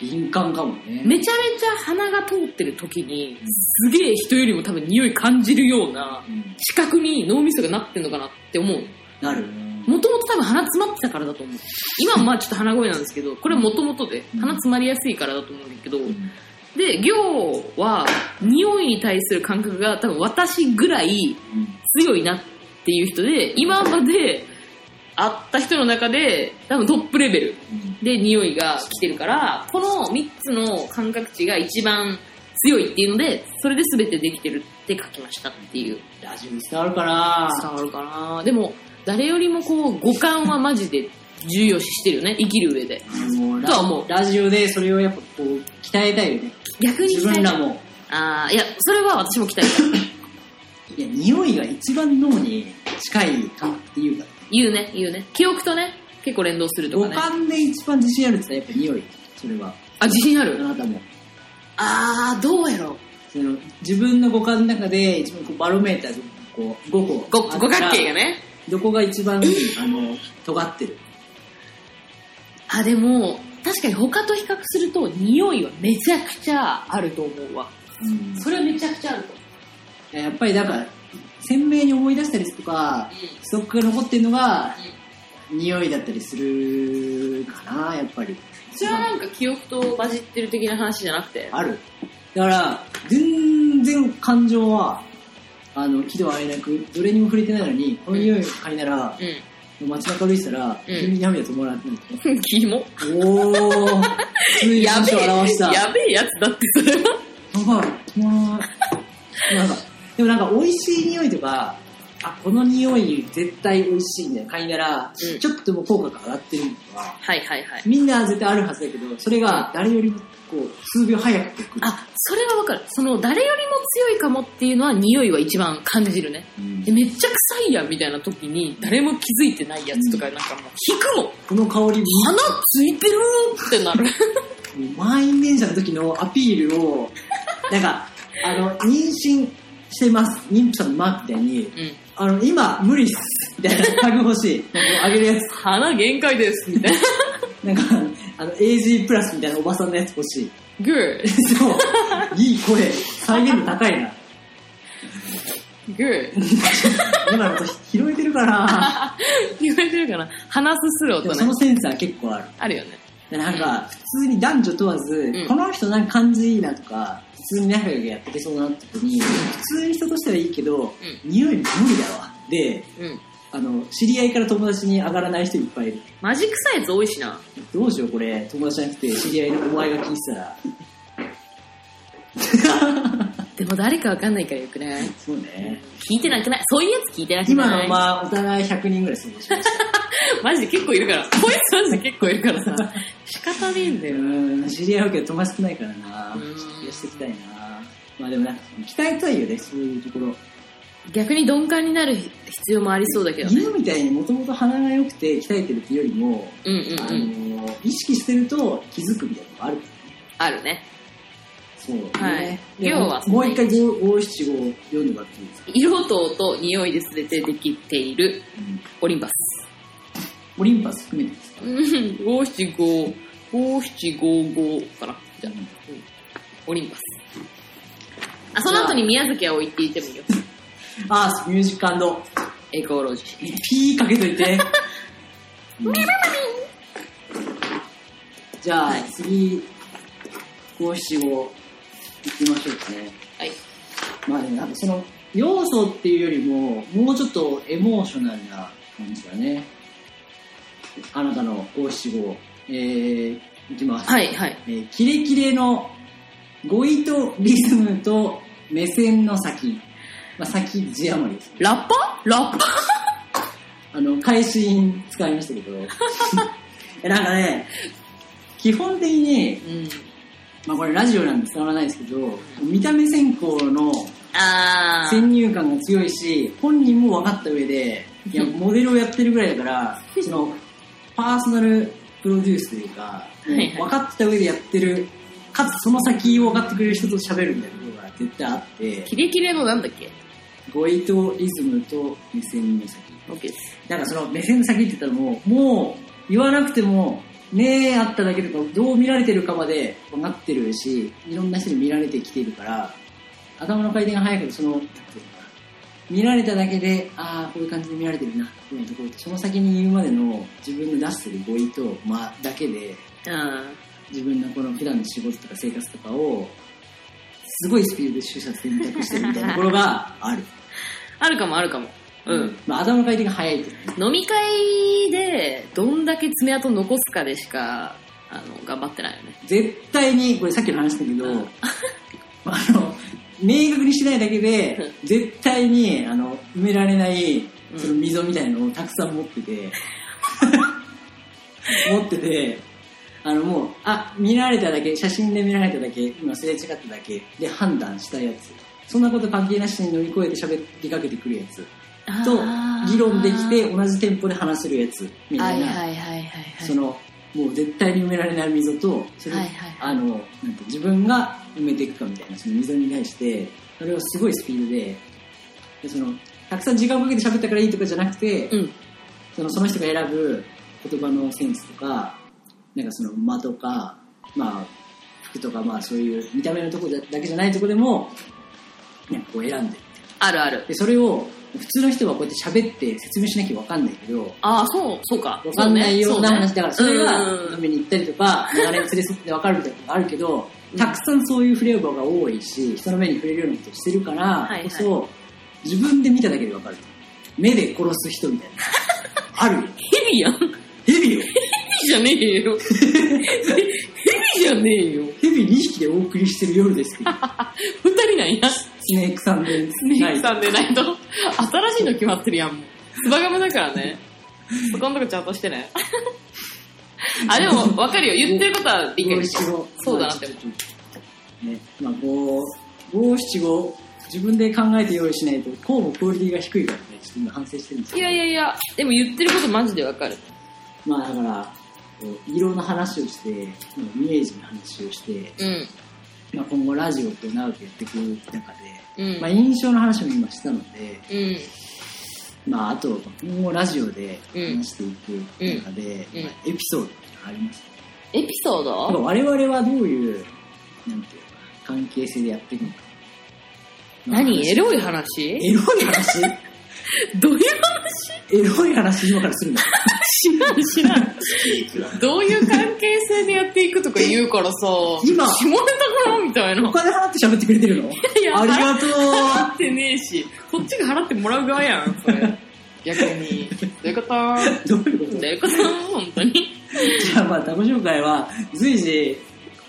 [SPEAKER 1] 敏感かもね。
[SPEAKER 2] めちゃめちゃ鼻が通ってる時に、すげえ人よりも多分匂い感じるような、
[SPEAKER 1] うん
[SPEAKER 2] 視覚に脳みそがなってんのかなって思う。
[SPEAKER 1] なる。
[SPEAKER 2] もともと多分鼻詰まってたからだと思う。今はまあちょっと鼻声なんですけど、これもともとで、鼻詰まりやすいからだと思うんだけど、で、行は、匂いに対する感覚が多分私ぐらい強いなっていう人で、今まで会った人の中で多分トップレベルで匂いが来てるから、この3つの感覚値が一番強いっていうので、それで全てできてるって書きましたっていう。
[SPEAKER 1] ラジオに伝わるかな
[SPEAKER 2] 伝わるかなでも、誰よりもこう、五感はマジで重要視してるよね、生きる上で。
[SPEAKER 1] もうラ
[SPEAKER 2] とは思う
[SPEAKER 1] ラジオでそれをやっぱこう、鍛えたいよね。
[SPEAKER 2] 逆に
[SPEAKER 1] 自分らも。
[SPEAKER 2] ああ、いや、それは私も期待し
[SPEAKER 1] い
[SPEAKER 2] た。
[SPEAKER 1] や、匂いが一番脳に近い感覚っていうか、
[SPEAKER 2] 言うね、言うね。記憶とね、結構連動すると
[SPEAKER 1] 五
[SPEAKER 2] かね。
[SPEAKER 1] 感で一番自信あるって言ったらやっぱ匂い。それは。
[SPEAKER 2] あ、自信あ
[SPEAKER 1] あ
[SPEAKER 2] る
[SPEAKER 1] なたも。
[SPEAKER 2] あー、どうやろう。
[SPEAKER 1] その自分の五感の中で一番こうバロメーターでこう5個あっ
[SPEAKER 2] ご、
[SPEAKER 1] たら
[SPEAKER 2] 五角形がね。
[SPEAKER 1] どこが一 番あの尖ってる
[SPEAKER 2] あ、でも、確かに他と比較すると、匂いはめちゃくちゃあると思うわ。それはめちゃくちゃあると思う。
[SPEAKER 1] やっぱりだから鮮明に思い出したりとかストックが残ってるのが匂いだったりするかなやっぱり
[SPEAKER 2] それはなんか記憶と混じってる的な話じゃなくて。
[SPEAKER 1] あるだから全然感情はあの喜怒哀楽どれにも触れてないのにこの匂いを嗅いだら
[SPEAKER 2] うん。
[SPEAKER 1] 街中歩いてたら、
[SPEAKER 2] うん
[SPEAKER 1] 急に涙止まらなくなって。
[SPEAKER 2] キモ。
[SPEAKER 1] おー、ついに
[SPEAKER 2] や
[SPEAKER 1] 心
[SPEAKER 2] べ
[SPEAKER 1] 象
[SPEAKER 2] え、
[SPEAKER 1] を表した。
[SPEAKER 2] やべえやつだってそれは。
[SPEAKER 1] やばい、止まらない。なんか、でもなんか美味しい匂いとか、あ、この匂い絶対美味しいみたいな嗅いだら、
[SPEAKER 2] うん
[SPEAKER 1] ちょっとでも効果が上がってるのは、
[SPEAKER 2] はいはいはい。
[SPEAKER 1] みんな絶対あるはずだけど、それが誰よりもこう、数秒早く来る。
[SPEAKER 2] あ、それはわかる。その、誰よりも強いかもっていうのは、匂いは一番感じるね。
[SPEAKER 1] うん
[SPEAKER 2] えめっちゃ臭いやんみたいな時に、誰も気づいてないやつとか、なんかもう、引くもん。
[SPEAKER 1] この香り、
[SPEAKER 2] 花ついてるってなる。
[SPEAKER 1] 満員電車の時のアピールを、なんか、あの、妊娠してます。妊婦さんのマークみたいに、
[SPEAKER 2] うん。
[SPEAKER 1] あの、今、無理っす。みたいなタグ欲しい。あげるやつ。
[SPEAKER 2] 花限界です。みたいな。
[SPEAKER 1] なんか、あの、AG プラスみたいなおばさんのやつ欲しい。
[SPEAKER 2] グー。
[SPEAKER 1] そう。いい声。再現度高いな。
[SPEAKER 2] グー。
[SPEAKER 1] 今のと拾えてるかな。
[SPEAKER 2] 言われてるかな鼻すする
[SPEAKER 1] で
[SPEAKER 2] 音
[SPEAKER 1] もそ
[SPEAKER 2] ね
[SPEAKER 1] の。センサー結構ある。
[SPEAKER 2] あるよね。
[SPEAKER 1] でなんか、普通に男女問わず、
[SPEAKER 2] ん
[SPEAKER 1] この人なんか感じいいなとか、普通に仲良くやっていけそうだなって時に、普通に人としてはいいけど、匂い無理だわ。で、
[SPEAKER 2] うん。
[SPEAKER 1] あの、知り合いから友達に上がらない人いっぱいいる。
[SPEAKER 2] マジ臭いやつ多いしな。
[SPEAKER 1] どうしようこれ、友達じゃなくて知り合いのお前が聞いてたら。
[SPEAKER 2] でも誰かわかんないからよくない
[SPEAKER 1] そうね。
[SPEAKER 2] 聞いてなくないそういうやつ聞いてなくな
[SPEAKER 1] 今
[SPEAKER 2] い
[SPEAKER 1] のまあ、お互い100人ぐらい過ごしました。
[SPEAKER 2] マジで結構いるから。こいつマジで結構いるからさ。仕方ねえんだ
[SPEAKER 1] う
[SPEAKER 2] よな。
[SPEAKER 1] ーん、知り合うけど友達少ないからな。
[SPEAKER 2] う
[SPEAKER 1] ち
[SPEAKER 2] ん
[SPEAKER 1] ょっと増やしていきたいな。まあでもなんか、鍛えたいよね、そういうところ。
[SPEAKER 2] 逆に鈍感になる必要もありそうだけどね。
[SPEAKER 1] 犬みたいにもともと鼻が良くて鍛えてるっていうよりも、
[SPEAKER 2] うん
[SPEAKER 1] あ
[SPEAKER 2] うんうん。
[SPEAKER 1] のー、意識してると気づくみたいなのがある。
[SPEAKER 2] あるね。
[SPEAKER 1] そう、
[SPEAKER 2] はい
[SPEAKER 1] でも
[SPEAKER 2] 要は
[SPEAKER 1] もう一回5、5、7、5読んでもらっていいですか、
[SPEAKER 2] 色と音、匂いで全てできている
[SPEAKER 1] うん
[SPEAKER 2] オリンパス。
[SPEAKER 1] オリンパス含めてですか
[SPEAKER 2] うん五七五、五七五五かな。じゃあ、オリンパス。あ、その後に宮崎あおいって言ってもいいよ。
[SPEAKER 1] アース、ミュージック
[SPEAKER 2] エコロジー。
[SPEAKER 1] ピーかけとい て。じゃあ、次、五七五、行きましょうかね。
[SPEAKER 2] はい。
[SPEAKER 1] まあね、なんかその、要素っていうよりも、もうちょっとエモーショナルな感じだね。あなたの五七五、えー、いきます。
[SPEAKER 2] はい、はい。
[SPEAKER 1] えーキレキレの語彙とリズムと目線の先。まあ、先字余りです。
[SPEAKER 2] ラッパーラッパー
[SPEAKER 1] あの、会心使いましたけ ど。えなんかね、基本的に、
[SPEAKER 2] うん。
[SPEAKER 1] まあこれラジオなんで伝わらないですけど、見た目先行の
[SPEAKER 2] あー。
[SPEAKER 1] 先入観が強いし、本人も分かった上で、い や、モデルをやってるぐらいだから、その、パーソナルプロデュースというか、
[SPEAKER 2] いはい
[SPEAKER 1] 分かってた上でやってる、かつその先を分かってくれる人と喋るみたいなことが絶対あって、
[SPEAKER 2] キレキレのなんだっけ
[SPEAKER 1] 語彙とリズムと目線の先。
[SPEAKER 2] オッケーです。
[SPEAKER 1] なんかその目線先って言ったらもう、もう言わなくても、ねえあっただけでか、どう見られてるかまで分かってるし、いろんな人に見られてきているから、頭の回転が速いけど、その、なんていうのかな見られただけで、ああ、こういう感じで見られてるな、っていうところと、その先に言うまでの自分の出してる語彙と、まあ、だけで、
[SPEAKER 2] うん。
[SPEAKER 1] 自分のこの普段の仕事とか生活とかを、すごいスピードで取捨選択してるみたいなところがある。
[SPEAKER 2] あるかもあるかも。うん。。
[SPEAKER 1] まあ、頭の回転が速いっていう
[SPEAKER 2] 飲み会で、どんだけ爪痕残すかでしか、あの、頑張ってないよね。
[SPEAKER 1] 絶対にこれさっきの話だけどあの明確にしないだけで絶対にあの埋められない
[SPEAKER 2] うん
[SPEAKER 1] その溝みたいのをたくさん持ってて 持っててあのもうあ見られただけ写真で見られただけ今すれ違っただけで判断したやつそんなこと関係なしに乗り越えて喋りかけてくるやつと
[SPEAKER 2] あー
[SPEAKER 1] 議論できて同じテンポで話せるやつみ
[SPEAKER 2] は
[SPEAKER 1] たい
[SPEAKER 2] い
[SPEAKER 1] な、
[SPEAKER 2] はいはいはいはい。
[SPEAKER 1] そのもう絶対に埋められない溝とそれを
[SPEAKER 2] はいはい
[SPEAKER 1] あのなんて自分が埋めていくかみたいなその溝に対してそれをすごいスピードででそのたくさん時間をかけて喋ったからいいとかじゃなくて、
[SPEAKER 2] うん。
[SPEAKER 1] そのその人が選ぶ言葉のセンスとかなんかその間とか、まあ、服とか、まあ、そういう見た目のとこだだけじゃないとこでもなんかこう選んで
[SPEAKER 2] あるある。
[SPEAKER 1] でそれを普通の人はこうやって喋って説明しなきゃ分かんないけど
[SPEAKER 2] ああ、そう、そうか。
[SPEAKER 1] わかんないような話だから、そ
[SPEAKER 2] そうね
[SPEAKER 1] れ
[SPEAKER 2] うんうん
[SPEAKER 1] が
[SPEAKER 2] う
[SPEAKER 1] 飲
[SPEAKER 2] ん
[SPEAKER 1] みに行ったりとか、流れを連れ添ってわかるみたいなことがあるけど、
[SPEAKER 2] うん
[SPEAKER 1] たくさんそういうフレーバーが多いし、人の目に触れるようなことをしてるから
[SPEAKER 2] いはい
[SPEAKER 1] こそ、自分で見ただけでわかる。目で殺す人みたいな。あるよ。
[SPEAKER 2] ヘビやん。ヘビ
[SPEAKER 1] ヘビよ。
[SPEAKER 2] じゃねえよ。ヘビじゃねえよ。
[SPEAKER 1] ヘビ2匹でお送りしてる夜ですけ ど、
[SPEAKER 2] 二人なんや。
[SPEAKER 1] スネークさんで。
[SPEAKER 2] スネークさんでないと。新しいの決まってるやん、もう。スバガムだからね。そこんとこちゃんとして ね。あ、でも、わかるよ。言ってることは理解し
[SPEAKER 1] 五七五
[SPEAKER 2] そうだなって思
[SPEAKER 1] ね、まあ、五五七五、自分で考えて用意しないと、こうもクオリティが低いからね、ちょっと今反省してるんです
[SPEAKER 2] い
[SPEAKER 1] けど
[SPEAKER 2] やいやいや、でも言ってることマジでわかる。
[SPEAKER 1] まあだから、こういろんな話をして、まあイメージの話をして、
[SPEAKER 2] うん。
[SPEAKER 1] まあ、今後ラジオと長くやっていく中で、
[SPEAKER 2] うん。
[SPEAKER 1] まあ、印象の話も今したので、
[SPEAKER 2] うん。
[SPEAKER 1] まあ、あと今後ラジオで話していく中で、
[SPEAKER 2] うんうん
[SPEAKER 1] まあエピソードとかありますか
[SPEAKER 2] エピソー
[SPEAKER 1] なんか
[SPEAKER 2] ド
[SPEAKER 1] 我々はどういう、なんていうか、関係性でやっていくのか。
[SPEAKER 2] 何エロい
[SPEAKER 1] 話
[SPEAKER 2] 話
[SPEAKER 1] エロい 話
[SPEAKER 2] どういう
[SPEAKER 1] エロい話今からするん だ。
[SPEAKER 2] 話知らん知らん。
[SPEAKER 3] くら
[SPEAKER 2] どういう関係性でやっていくとか言うからさ、
[SPEAKER 1] 今
[SPEAKER 2] 下ネタかなみたいな
[SPEAKER 1] お。金払って喋ってくれてるの
[SPEAKER 2] いや
[SPEAKER 1] ありがと
[SPEAKER 2] 払ってねえし、こっちが払ってもらう側やん、それ。逆に。どういうことど
[SPEAKER 1] う。どういうこと
[SPEAKER 2] ういうこと本当に。
[SPEAKER 1] じ ゃあまあ、タコ紹介は随時、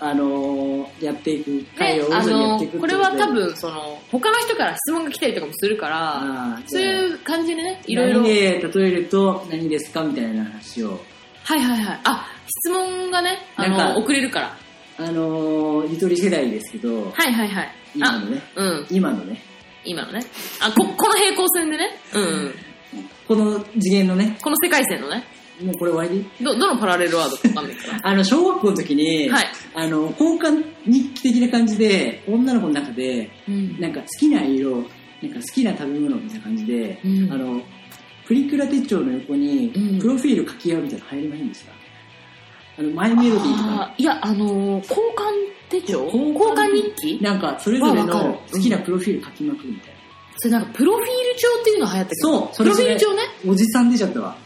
[SPEAKER 1] あのーやっていく、会
[SPEAKER 2] で
[SPEAKER 1] を、
[SPEAKER 2] あ
[SPEAKER 1] 徐々にやっ
[SPEAKER 2] の
[SPEAKER 1] ていく、
[SPEAKER 2] これは多、分、その、他の人から質問が来たりとかもするから、
[SPEAKER 1] あー
[SPEAKER 2] そういう感じでね、い
[SPEAKER 1] い
[SPEAKER 2] ろ
[SPEAKER 1] ろ
[SPEAKER 2] い
[SPEAKER 1] い
[SPEAKER 2] ろ。
[SPEAKER 1] ろ。何
[SPEAKER 2] はい
[SPEAKER 1] で例えると何ですかみたいな話を、
[SPEAKER 2] はいはい。あ、質問がね、あ
[SPEAKER 1] なん
[SPEAKER 2] の、
[SPEAKER 1] か
[SPEAKER 2] 送れるから。
[SPEAKER 1] あのーゆとり世代ですけど、
[SPEAKER 2] はいはいはい。
[SPEAKER 1] 今
[SPEAKER 2] あ
[SPEAKER 1] の、ね、
[SPEAKER 2] うん、
[SPEAKER 1] 今のね、
[SPEAKER 2] 今のね。あ、こ、この平行線でね。うん。
[SPEAKER 1] この次元のね、
[SPEAKER 2] この世界線のね。
[SPEAKER 1] もうこれ終わり
[SPEAKER 2] ど、どのパラレルワードかわかんないから。
[SPEAKER 1] あの、小学校の時に、
[SPEAKER 2] はい
[SPEAKER 1] あの、交換日記的な感じで、女の子の中で、
[SPEAKER 2] うん。
[SPEAKER 1] なんか好きな色、なんか好きな食べ物みたいな感じで、
[SPEAKER 2] うん
[SPEAKER 1] あの、プリクラ手帳の横に
[SPEAKER 2] うん、
[SPEAKER 1] プロフィール書き合うみたいなの入りませんでした、あの、マイメロディーとか
[SPEAKER 2] あーいや、あのー交換手帳
[SPEAKER 1] 交
[SPEAKER 2] 交
[SPEAKER 1] 換
[SPEAKER 2] 換
[SPEAKER 1] 日
[SPEAKER 2] 日記
[SPEAKER 1] なんか、それぞれ
[SPEAKER 2] わわかる
[SPEAKER 1] の好きなプロフィール書きまくるみたいな。
[SPEAKER 2] それなんか、プロフィール帳っていうの流行ったけど。
[SPEAKER 1] そうそ
[SPEAKER 2] プ
[SPEAKER 1] れ
[SPEAKER 2] ロフィール帳ね。
[SPEAKER 1] おじさん出ちゃったわ。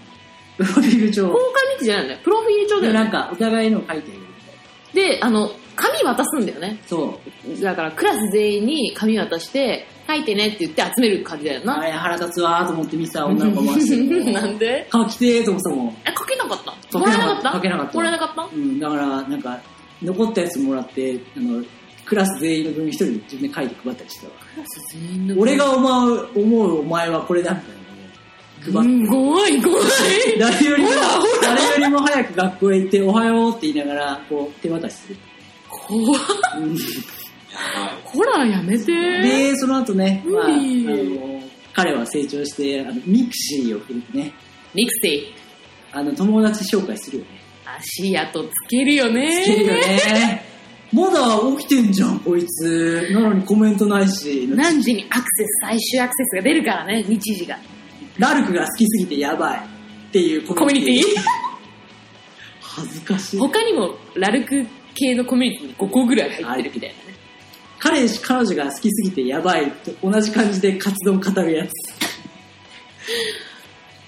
[SPEAKER 1] プロフィール帳
[SPEAKER 2] 交。換日記じゃないんだよ。プロフィール帳だ
[SPEAKER 1] で、
[SPEAKER 2] よ、
[SPEAKER 1] な
[SPEAKER 2] ね。
[SPEAKER 1] んか、お互いの書いてあげるみたいな。
[SPEAKER 2] で、あの、紙渡すんだよね。
[SPEAKER 1] そう。
[SPEAKER 2] だから、クラス全員に紙渡して、書いてねって言って集める感じだよ
[SPEAKER 1] あ
[SPEAKER 2] な。
[SPEAKER 1] れ腹立つわーと思って見てた女の子もして。
[SPEAKER 2] なんで
[SPEAKER 1] 顔着てーと思ってたもん。
[SPEAKER 2] え、書けなかった
[SPEAKER 1] 書
[SPEAKER 2] も
[SPEAKER 1] け
[SPEAKER 2] らえ
[SPEAKER 1] な
[SPEAKER 2] な
[SPEAKER 1] かっ
[SPEAKER 2] かったた
[SPEAKER 1] 書けなかった
[SPEAKER 2] もらえなかった
[SPEAKER 1] うん、だから、なんか、残ったやつもらって、あの、クラス全員の分一人で自分で書いて配ったりしてたわ。俺が思う、思うお前はこれだみたいな
[SPEAKER 2] う
[SPEAKER 1] のを配っ
[SPEAKER 2] ん、怖い怖い。
[SPEAKER 1] て。誰よりも
[SPEAKER 2] ほらほ、
[SPEAKER 1] 誰よりも早く学校へ行って、おはようって言いながら、こう、手渡しする。
[SPEAKER 2] 怖い。
[SPEAKER 1] うん
[SPEAKER 2] ホラーやめて。
[SPEAKER 1] で、その後ね、まあ、あ
[SPEAKER 2] うん
[SPEAKER 1] の、彼は成長して、あの、ミクシーを振るってね、
[SPEAKER 2] ミクシー。
[SPEAKER 1] あの、友達紹介するよね。
[SPEAKER 2] 足跡つけるよね。
[SPEAKER 1] つけるよね。まだ起きてんじゃん、こいつ。なのにコメントないし。
[SPEAKER 2] 何時にアクセス、最終アクセスが出るからね、日時が。
[SPEAKER 1] ラルクが好きすぎてやばいっていうコ
[SPEAKER 2] コミュニティ
[SPEAKER 1] 恥ずかしい。
[SPEAKER 2] 他にも、ラルク系のコミュニティに5個ぐらい入ってるみたいなね。
[SPEAKER 1] 彼氏、彼女が好きすぎてやばいと同じ感じでカツ丼語るやつ。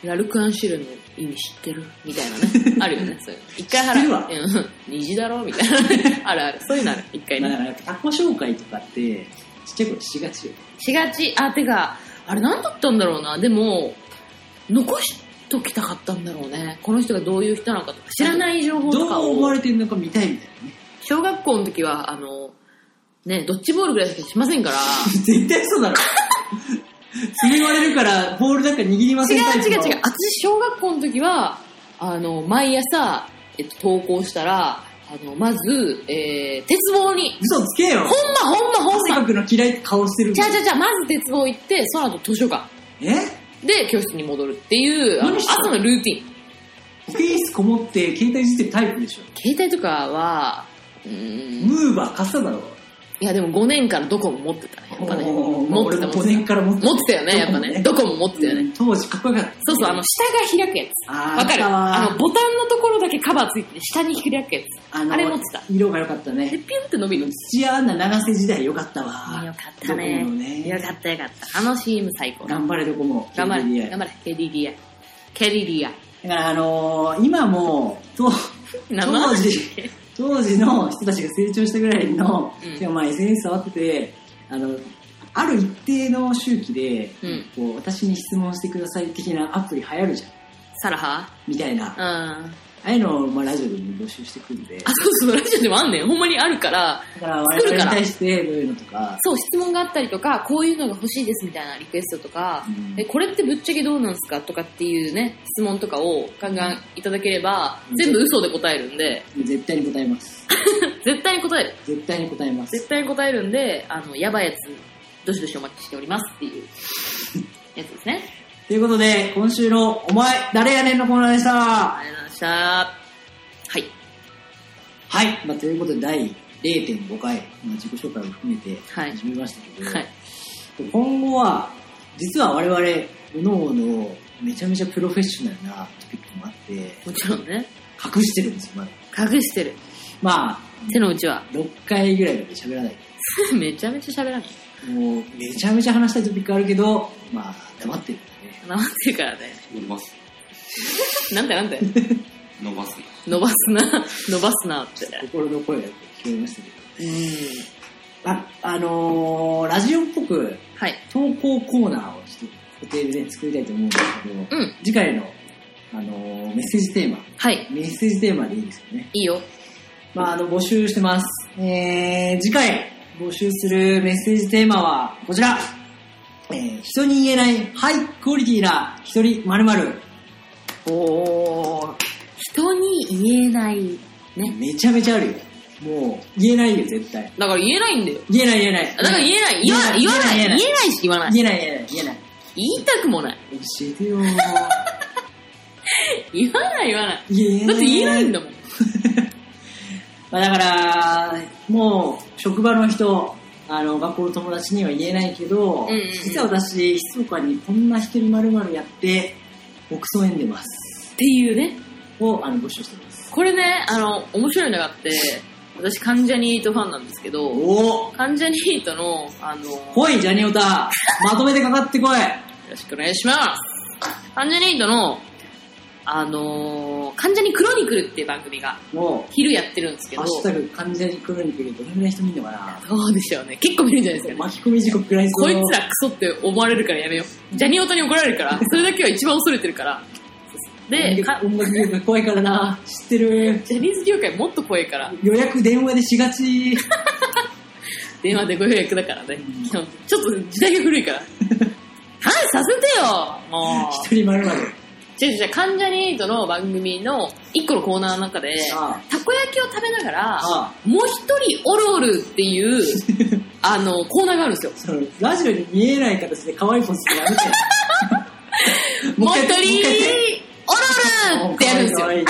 [SPEAKER 2] ラルクアンシュルの意味知ってるみたいな ね。あるよね、そういうの。一回
[SPEAKER 1] 知ってる
[SPEAKER 2] 払
[SPEAKER 1] わ
[SPEAKER 2] う。うん。虹だろみたいな ね。あるある。そういうのある。一回
[SPEAKER 1] だ
[SPEAKER 2] ね。
[SPEAKER 1] から、タコ紹介とかって、ちっちゃい頃しがちよ。
[SPEAKER 2] しがち。あ、てか、あれ何だったんだろうな。でも、残しときたかったんだろうね。この人がどういう人なのかとか、知らない情報
[SPEAKER 1] ど
[SPEAKER 2] とか
[SPEAKER 1] う思
[SPEAKER 2] を
[SPEAKER 1] わ。れてるのか見たいみたいなね。
[SPEAKER 2] 小学校の時は、あの、ね、ドッジボールぐらいしかしませんから、
[SPEAKER 1] 絶対そうだろ。詰められるから、ボールなんか握りませ
[SPEAKER 2] 違
[SPEAKER 1] んタ
[SPEAKER 2] う
[SPEAKER 1] イプ
[SPEAKER 2] 違
[SPEAKER 1] の
[SPEAKER 2] う違う。私、小学校の時は、あの、毎朝、えっと、投稿したら、あの、まず、えー、鉄棒に、
[SPEAKER 1] 嘘つけよ
[SPEAKER 2] ほ。んまほんまほん
[SPEAKER 1] 汗
[SPEAKER 2] ま。
[SPEAKER 1] かくの嫌いって顔してる
[SPEAKER 2] じゃあじゃあじゃあ、まず鉄棒行って、その後図書館。
[SPEAKER 1] え
[SPEAKER 2] で、教室に戻るっていう、あの、
[SPEAKER 1] 何してんの
[SPEAKER 2] 朝のルーティン。
[SPEAKER 1] オフィスこもって携帯いじってるタイプでしょ。
[SPEAKER 2] 携帯とかは、うーん。
[SPEAKER 1] ムーバー貸しただろ。
[SPEAKER 2] いや、でも5年からどこも持ってたね。やっぱね。
[SPEAKER 1] おーまあ
[SPEAKER 2] 持って
[SPEAKER 1] 俺
[SPEAKER 2] た
[SPEAKER 1] も
[SPEAKER 2] 持
[SPEAKER 1] 5
[SPEAKER 2] って
[SPEAKER 1] 年から持って
[SPEAKER 2] た。持ってたよね、やっぱね。どこも持ってたよね。
[SPEAKER 1] 当時かっこよかった。
[SPEAKER 2] そうそう、あの、下が開くやつ。
[SPEAKER 1] あー
[SPEAKER 2] わかる
[SPEAKER 1] あった
[SPEAKER 2] あ
[SPEAKER 1] わ
[SPEAKER 2] の、ボタンのところだけカバーついてて、下に開くやつ。
[SPEAKER 1] あ
[SPEAKER 2] あ
[SPEAKER 1] の
[SPEAKER 2] れ持ってた。
[SPEAKER 1] 色が良かった
[SPEAKER 2] で、
[SPEAKER 1] ね。
[SPEAKER 2] ピュンって伸びるんです。
[SPEAKER 1] 土屋アンナ長瀬時代良かったわ。
[SPEAKER 2] よかったね
[SPEAKER 1] ドコモの。
[SPEAKER 2] よ
[SPEAKER 1] ね。
[SPEAKER 2] かったよかった。あの CM 最高。
[SPEAKER 1] 頑張れどこも。
[SPEAKER 2] 頑張れ、頑
[SPEAKER 1] だ
[SPEAKER 2] 張れ。ケリリア。ケリリア。
[SPEAKER 1] からあのー、今も、と 当
[SPEAKER 2] 生
[SPEAKER 1] 時、当時の人たちが成長したぐらいの、
[SPEAKER 2] うん
[SPEAKER 1] でもまあ SNS 触ってて、あの、ある一定の周期で、
[SPEAKER 2] うん
[SPEAKER 1] こう私に質問してください的なアプリ流行るじゃん。
[SPEAKER 2] サラハ
[SPEAKER 1] みたいな、
[SPEAKER 2] うん。あ、
[SPEAKER 1] ああいうのを、まあ、ラジオでも募集してくんで、だ
[SPEAKER 2] そうそう、ラジオでもあんねん。ほんまにあるから、
[SPEAKER 1] から我々
[SPEAKER 2] 作る
[SPEAKER 1] に
[SPEAKER 2] から
[SPEAKER 1] 対してどういうのとか、
[SPEAKER 2] そう、質問があったりとか、こういうのが欲しいですみたいなリクエストとか、
[SPEAKER 1] うん
[SPEAKER 2] え、これってぶっちゃけどうなんですかとかっていうね、質問とかをガンガンいただければ、
[SPEAKER 1] うん
[SPEAKER 2] 全部嘘で答えるんで、
[SPEAKER 1] 絶対に答えます。
[SPEAKER 2] 絶対に答える。
[SPEAKER 1] 絶対に答えます。
[SPEAKER 2] 絶対に答えるんで、あの、やばいやつ、どしどしお待ちしておりますっていうやつですね。
[SPEAKER 1] ということで、今週のお前、誰やねんのコーナーでした。
[SPEAKER 2] ありがとうございました。はい。
[SPEAKER 1] はい。まあ、ということで、第0.5回、まあ、自己紹介を含めて
[SPEAKER 2] はい
[SPEAKER 1] 始めましたけど、
[SPEAKER 2] はい。
[SPEAKER 1] 今後は、実は我々、各々、めちゃめちゃプロフェッショナルなトピックもあって、
[SPEAKER 2] もちろんね、
[SPEAKER 1] 隠してるんですよ、まだ。
[SPEAKER 2] 隠してる。
[SPEAKER 1] まあ、
[SPEAKER 2] 手の内は。
[SPEAKER 1] 6回ぐらいまで喋らない。
[SPEAKER 2] めちゃめちゃ喋らない。
[SPEAKER 1] もう、めちゃめちゃ話したいトピックあるけど、まあ、黙ってるんだね。
[SPEAKER 2] なってるからね。
[SPEAKER 3] 伸ばす。
[SPEAKER 2] なんだなんだ
[SPEAKER 3] 伸ばすな。
[SPEAKER 2] 伸ばすな、伸ばすなって。
[SPEAKER 1] 心の声が聞こえましたけど。
[SPEAKER 2] うん。
[SPEAKER 1] あ、あのーラジオっぽく
[SPEAKER 2] はい。
[SPEAKER 1] 投稿コーナーをちょっと固定でね、作りたいと思うんですけど、
[SPEAKER 2] うん。
[SPEAKER 1] 次回の、あのーメッセージテーマ、
[SPEAKER 2] はい。
[SPEAKER 1] メッセージテーマでいいですよね。
[SPEAKER 2] いいよ。
[SPEAKER 1] まあ、あの、募集してます。えー、次回募集するメッセージテーマはこちら。えー、人に言えないハイクオリティな一人〇〇。
[SPEAKER 2] おー。人に言えない。ね。
[SPEAKER 1] めちゃめちゃあるよ。もう、言えないよ、絶対。
[SPEAKER 2] だから言えないんだよ。
[SPEAKER 1] 言えない言えない。
[SPEAKER 2] だから言えない。言わない。言わない。言えないし言わない。
[SPEAKER 1] 言えない言えない言えない。
[SPEAKER 2] 言いたくもない。
[SPEAKER 1] 教えて よー
[SPEAKER 2] 言わない言わない。
[SPEAKER 1] 言え
[SPEAKER 2] だって言えないんだもん。
[SPEAKER 1] まあ、だから、もう、職場の人、あの、学校の友達には言えないけど、
[SPEAKER 2] うんうんうん
[SPEAKER 1] 実は私、密かにこんな一人まるまるやって、僕そ縁でます。
[SPEAKER 2] っていうね。
[SPEAKER 1] を、あの、募集してます。
[SPEAKER 2] これね、あの、面白いのがあって、私、関ジャニートファンなんですけど、
[SPEAKER 1] おお
[SPEAKER 2] 関ジャニートの、あの、よ
[SPEAKER 1] 来い、ジャニオタまとめてかかってこい
[SPEAKER 2] ろしくお願いします。関ジャニートの、あの、関ジャニクロニクルっていう番組が、
[SPEAKER 1] も
[SPEAKER 2] 昼やってるんです
[SPEAKER 1] う、
[SPEAKER 2] け
[SPEAKER 1] ハ
[SPEAKER 2] ど
[SPEAKER 1] ッ、シュタグ関ジャニクロニクルどれぐらい人見るのかな
[SPEAKER 2] そうでしょうね。結構見るんじゃないですかね。
[SPEAKER 1] 巻き込み事故くらい
[SPEAKER 2] こいつ
[SPEAKER 1] ら
[SPEAKER 2] らクソって思われるからやめよう。ジャニオタに怒られるから、それだけは一番恐れてるから。で、か
[SPEAKER 1] 音楽業界怖いからな知ってる。
[SPEAKER 2] ジャニーズ業界もっと怖いから、
[SPEAKER 1] 予約電話でしが ち。
[SPEAKER 2] 電話でご予約だからね。基本ちょっと時代が古 いから。話させてよも
[SPEAKER 1] 一人まるまる。
[SPEAKER 2] う。違う違う、関ジャニートの番組の一個のコーナーの中で、
[SPEAKER 1] あ
[SPEAKER 2] たこ焼きを食べながら
[SPEAKER 1] あ、
[SPEAKER 2] もう一人オルオルっていう、あの、コーナーがあるんですよ。
[SPEAKER 1] そのラジオに見えない形で可愛いポーズってやめて。
[SPEAKER 2] もう一
[SPEAKER 1] もう一回
[SPEAKER 2] 人オルオルってやるんですよ。
[SPEAKER 1] よ。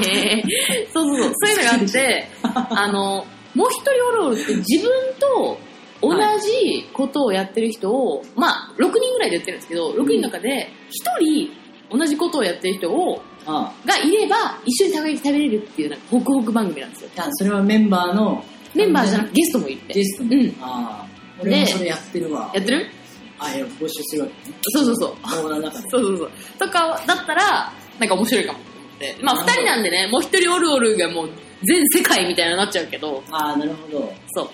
[SPEAKER 2] いえいえそうそうそう、そういうのが あって、あの、もう一人おるおるって自分と同じことをやってる人を、まあ、6人ぐらいでやってるんですけど、6人の中で1人同じことをやってる人を、
[SPEAKER 1] あ
[SPEAKER 2] がいれば、一緒にたこ焼き食べれるっていう、なんか、ホクホク番組なんですよ。
[SPEAKER 1] あ。それはメンバーの
[SPEAKER 2] メンバーじゃなくてゲストもいて。
[SPEAKER 1] ゲストの。
[SPEAKER 2] うん。
[SPEAKER 1] ああ。俺もそれやってるわ
[SPEAKER 2] や。ってる
[SPEAKER 1] あいや、募集するわけね。
[SPEAKER 2] そうそう そう。
[SPEAKER 1] 動画の中で。
[SPEAKER 2] そうそうそう。とか、だったら、なんか面白いかもと思って。まあ、2人なんでね、もう1人おるおるがもう、全世界みたいになっちゃうけど、
[SPEAKER 1] ああ、なるほど。
[SPEAKER 2] そう。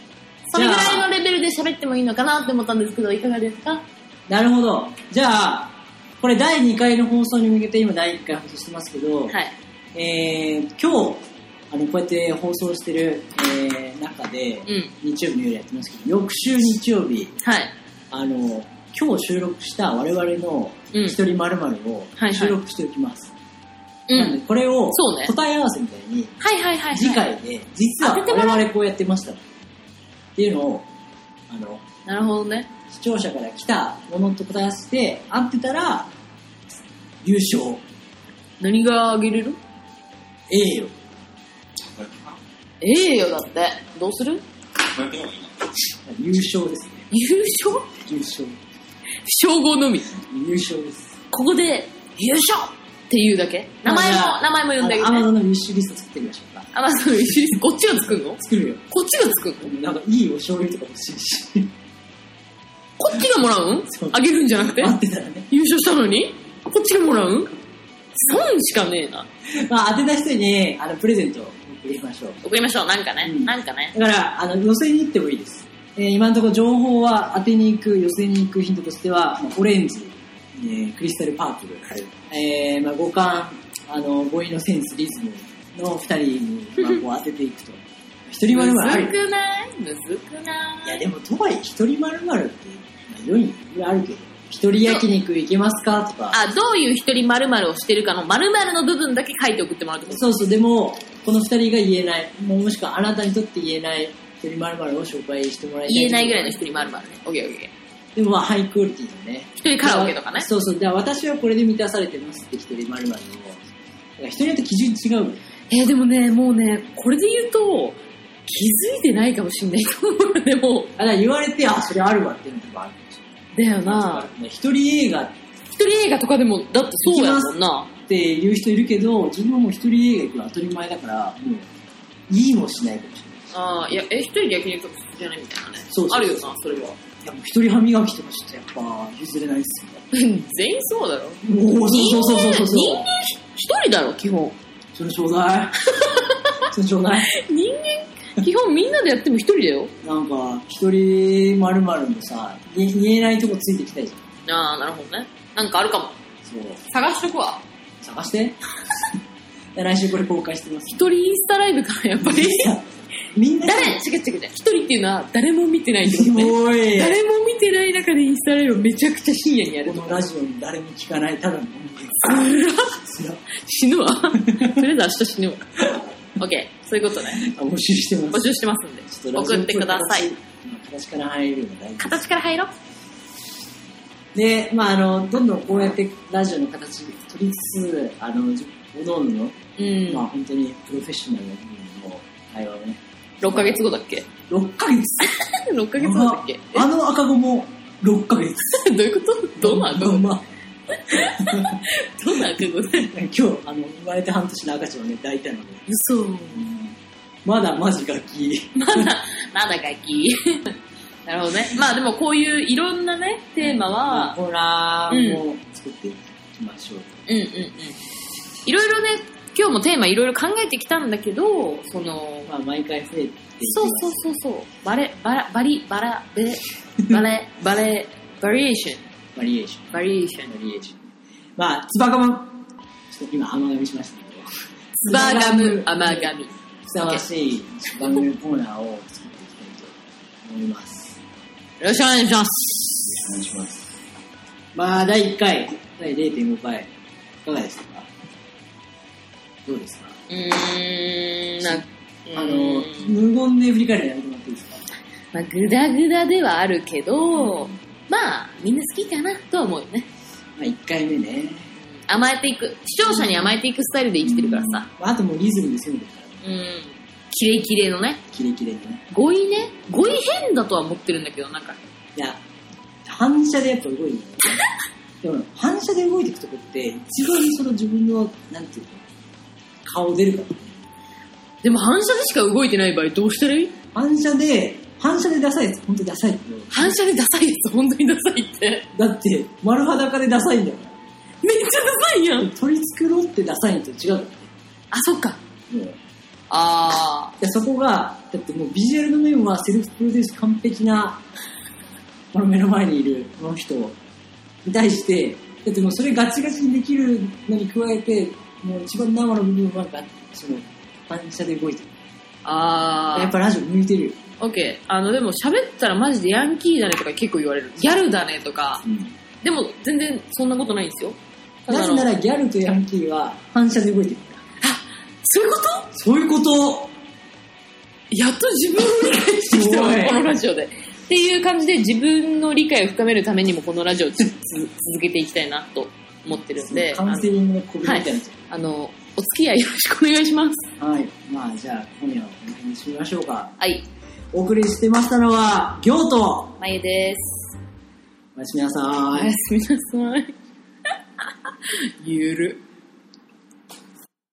[SPEAKER 2] それぐらいのレベルで喋ってもいいのかなって思ったんですけど、いかがですか
[SPEAKER 1] なるほど。じゃあ、これ第2回の放送に向けて今第1回放送してますけど、
[SPEAKER 2] はい。
[SPEAKER 1] えー、今日、あの、こうやって放送してる、えー、中で、
[SPEAKER 2] うん。
[SPEAKER 1] 日曜日の夜やってますけど、翌週日曜日、
[SPEAKER 2] はい。
[SPEAKER 1] あの、今日収録した我々の
[SPEAKER 2] うん
[SPEAKER 1] 一人まるまるを
[SPEAKER 2] はいはい
[SPEAKER 1] 収録しておきます。
[SPEAKER 2] うん。
[SPEAKER 1] なので、これを
[SPEAKER 2] そうね
[SPEAKER 1] 答え合わせみたいに、
[SPEAKER 2] はいはいはい。
[SPEAKER 1] 次。回で、実は
[SPEAKER 2] 当ててもらう
[SPEAKER 1] 我々こうやってましたっていうのを、あの、
[SPEAKER 2] なるほどね。
[SPEAKER 1] 視聴者から来たものと答え合わせて、合ってたら、優勝、
[SPEAKER 2] 何があげれる
[SPEAKER 1] 栄誉。
[SPEAKER 3] たこ焼きか
[SPEAKER 2] ええよ、だって。どうする
[SPEAKER 3] たこ焼きの方がいいな。
[SPEAKER 1] 優勝ですね。
[SPEAKER 2] 優勝
[SPEAKER 1] 優勝。
[SPEAKER 2] 称号のみ。
[SPEAKER 1] 優勝です。
[SPEAKER 2] ここで、優勝っていうだけ名前
[SPEAKER 1] ま
[SPEAKER 2] も、
[SPEAKER 1] あ
[SPEAKER 2] 名前も呼んであげて。
[SPEAKER 1] アマゾンのウィッシュリスト作ってみましょうか。
[SPEAKER 2] あ、まあ、そう、一緒にこっちが作るの
[SPEAKER 1] 作るよ。
[SPEAKER 2] こっちが作るの
[SPEAKER 1] なんかいいお醤油とか欲しいし。
[SPEAKER 2] こっちがもらうん
[SPEAKER 1] そう
[SPEAKER 2] あげるんじゃなくて
[SPEAKER 1] 合ってたらね。
[SPEAKER 2] 優勝したのにこっちがもらうん損しかねえな。
[SPEAKER 1] まあ、当てた人に、あの、プレゼントを送りましょう。
[SPEAKER 2] 送りましょう、なんかね。
[SPEAKER 1] うん
[SPEAKER 2] なんかね。
[SPEAKER 1] だから、あの、寄せに行ってもいいです。えー今のところ情報は当てに行く、寄せに行くヒントとしては、まあオレンジ、えークリスタルパープル、えーまあ、五感あの語彙のセンスリズムの二人に、まあ、こう当てていくと一人丸々あ
[SPEAKER 2] む
[SPEAKER 1] る
[SPEAKER 2] ずくないむずく
[SPEAKER 1] い
[SPEAKER 2] な
[SPEAKER 1] や
[SPEAKER 2] い
[SPEAKER 1] でもとはいえ一人丸々って、まあ、世にいろいろあるけど一人焼肉行けますかとか
[SPEAKER 2] あ、どういう一人〇〇をしてるかの〇〇の部分だけ書いて送ってもらうってこと
[SPEAKER 1] そうそうでもこの二人が言えないもうもしくはあなたにとって言えない一人丸々を紹介してもらいたい
[SPEAKER 2] 言えないぐらいの一人〇〇ね。オッケーオッケー。
[SPEAKER 1] でもまあハイクオリティだね
[SPEAKER 2] 一人カラオケとかね。
[SPEAKER 1] そうそうで私はこれで満たされてますって一人丸々のだから人によって基準違うもん
[SPEAKER 2] えーでもね、もうね、これで言うと、気づいてないかもしんないと思う。でも、
[SPEAKER 1] あだから言われてあそれあるわっていうのとかあるかもし
[SPEAKER 2] だ
[SPEAKER 1] れ
[SPEAKER 2] よ
[SPEAKER 1] ない
[SPEAKER 2] な。
[SPEAKER 1] 一人映画っ
[SPEAKER 2] 一人映画とかでも、だってそうやもんな。
[SPEAKER 1] ていう人いるけど自分はもう一人映画行くのは当たり前だからもう言いもしないかもしれない
[SPEAKER 2] ああ、いや、え、一人で焼肉とかじゃないみたいなね。
[SPEAKER 1] そうそう
[SPEAKER 2] あるよな、それは。
[SPEAKER 1] いやもう一人歯磨きとかちょっとやっぱ譲れないっすよね。
[SPEAKER 2] 全員そうだろ。
[SPEAKER 1] おお、そうそうそうそうそう。
[SPEAKER 2] 人間、一人だろ、基本。
[SPEAKER 1] それちょうだい。 それちょうだい。
[SPEAKER 2] 人間、基本みんなでやっても一人だよ。
[SPEAKER 1] なんか、一人まるまるのさ、言え言えないとこついてきたいじゃん。
[SPEAKER 2] ああ、なるほどね。なんかあるかも。
[SPEAKER 1] そう。
[SPEAKER 2] 探しとくわ。
[SPEAKER 1] 探 して。来週これ公開してます。
[SPEAKER 2] 一人インスタライブからやっぱり。
[SPEAKER 1] さ みんな、
[SPEAKER 2] 誰違う違う違う。一人っていうのは誰も見てないってこ
[SPEAKER 1] す
[SPEAKER 2] とね。
[SPEAKER 1] ごい。
[SPEAKER 2] 誰も見てない中でインスタライブをめちゃくちゃ深夜にやる
[SPEAKER 1] こ。のラジオに誰も聞かない、ただの音源。
[SPEAKER 2] 死ぬわ。とりあえず明日死ぬわ。オッケー、そういうことね。
[SPEAKER 1] あ募集してま
[SPEAKER 2] 募
[SPEAKER 1] す。
[SPEAKER 2] 集してますんで、
[SPEAKER 1] ちょとラジオ
[SPEAKER 2] 送ってください。
[SPEAKER 1] 形から入るの大事。
[SPEAKER 2] 形から入ろう。
[SPEAKER 1] で、まあ、あの、どんどんこうやってラジオの形取りつつ、あの、おのおのの、
[SPEAKER 2] うん。
[SPEAKER 1] まあ、本当にプロフェッショナルな部分の会話をね、
[SPEAKER 2] 6ヶ月後だっ け
[SPEAKER 1] 6ヶ月
[SPEAKER 2] ?6 ヶ月後だっけ
[SPEAKER 1] あの赤子も6ヶ月。
[SPEAKER 2] えどういうことどんな
[SPEAKER 1] ま
[SPEAKER 2] ど
[SPEAKER 1] あ
[SPEAKER 2] んな
[SPEAKER 1] まあ
[SPEAKER 2] どんな覚悟だよ
[SPEAKER 1] 今日、あの、生まれて半年の赤ちゃんをね、抱いたので、
[SPEAKER 2] 嘘。
[SPEAKER 1] まだマジガキ。
[SPEAKER 2] まだ、まだガキ。 なるほどね。まあでもこういういろんなね、テーマは、
[SPEAKER 1] ほら
[SPEAKER 2] うん
[SPEAKER 1] もう作っていきましょう。
[SPEAKER 2] うんうんうん。いろいろね、今日もテーマいろいろ考えてきたんだけど、その、
[SPEAKER 1] まあ、毎回増えていき
[SPEAKER 2] そうそうそうそう。バレ、バラ、バリ、バラ、ベ、バレ、バレ、バリエーション。
[SPEAKER 1] バリエーション。
[SPEAKER 2] バリエーション。
[SPEAKER 1] バリエーション。まあ、つばかまん。ちょっと今、甘噛みしましたけど。
[SPEAKER 2] スバガム、甘噛み。
[SPEAKER 1] ふさわしい番組コーナーを作っていきたいと思います。
[SPEAKER 2] よろしくお願いします。
[SPEAKER 1] お願いします。まあ、第1回、第0.5回、いかがでしたかどうですか、
[SPEAKER 2] うーん、な、
[SPEAKER 1] あ
[SPEAKER 2] あ
[SPEAKER 1] の
[SPEAKER 2] の、、
[SPEAKER 1] 無言で振り返るのやめてもらっていいですか
[SPEAKER 2] まあ、グダグダではあるけど、まあ、みんな好きかなとは思うよね。
[SPEAKER 1] まあ、1回目ね。
[SPEAKER 2] 甘えていく。視聴者に甘えていくスタイルで生きてるからさ。
[SPEAKER 1] まあ、あともうリズムで攻めてるからね。
[SPEAKER 2] うん。キレキレのね。
[SPEAKER 1] キレキレでね。
[SPEAKER 2] 語彙ね。語彙変だとは思ってるんだけど、なんか。
[SPEAKER 1] いや、反射でやっぱ動いてる、ね。でも、反射で動いていくとこって、一番その自分の、なんていうの、顔出るからね。
[SPEAKER 2] でも反射でしか動いてない場合どうしたらいい
[SPEAKER 1] 反射で、反射でダサいやつ、本当にダサいけど、
[SPEAKER 2] 反射でダサいやつ、本当にダサ いって。
[SPEAKER 1] だって、丸裸でダサいんだから。
[SPEAKER 2] めっちゃダサいやん。
[SPEAKER 1] 取り繕ってダサいのと違うからね
[SPEAKER 2] あ、そっか。
[SPEAKER 1] もうい
[SPEAKER 2] あ
[SPEAKER 1] やそこが、だってもうビジュアルの面はセルフプロデュース完璧な、この目の前にいるこの人に対して、だってもうそれガチガチにできるのに加えて、もう一番生の部分はが、その、反射で動いてる。
[SPEAKER 2] ー。あー。
[SPEAKER 1] やっぱラジオ向いてるよ。
[SPEAKER 2] オッケー。あの、でも喋ったらマジでヤンキーだねとか結構言われる。ギャルだねとか。でも全然そんなことないんですよ。た
[SPEAKER 1] な
[SPEAKER 2] だ
[SPEAKER 1] ぜ
[SPEAKER 2] の
[SPEAKER 1] ならギャルとヤンキーは反射で動いてるから。
[SPEAKER 2] そういうこと
[SPEAKER 1] そういうこと
[SPEAKER 2] やっと自分を理解してきた
[SPEAKER 1] すごい
[SPEAKER 2] わ、このラジオで。っていう感じで自分の理解を深めるためにもこのラジオをつつ続けていきたいなと思ってるんで、
[SPEAKER 1] カ
[SPEAKER 2] あ
[SPEAKER 1] ウ
[SPEAKER 2] の
[SPEAKER 1] ンセリングの小舟みたいになっちゃう
[SPEAKER 2] あの、お付き合いよろしくお願いします。
[SPEAKER 1] はい。まあ、じゃあ、今夜はこの辺にしましょうか。
[SPEAKER 2] はい、
[SPEAKER 1] お送りしてましたのは、行と
[SPEAKER 2] まゆです。
[SPEAKER 1] おやすみなさ
[SPEAKER 2] お
[SPEAKER 1] ーい
[SPEAKER 2] や。すみなさい。ゆる。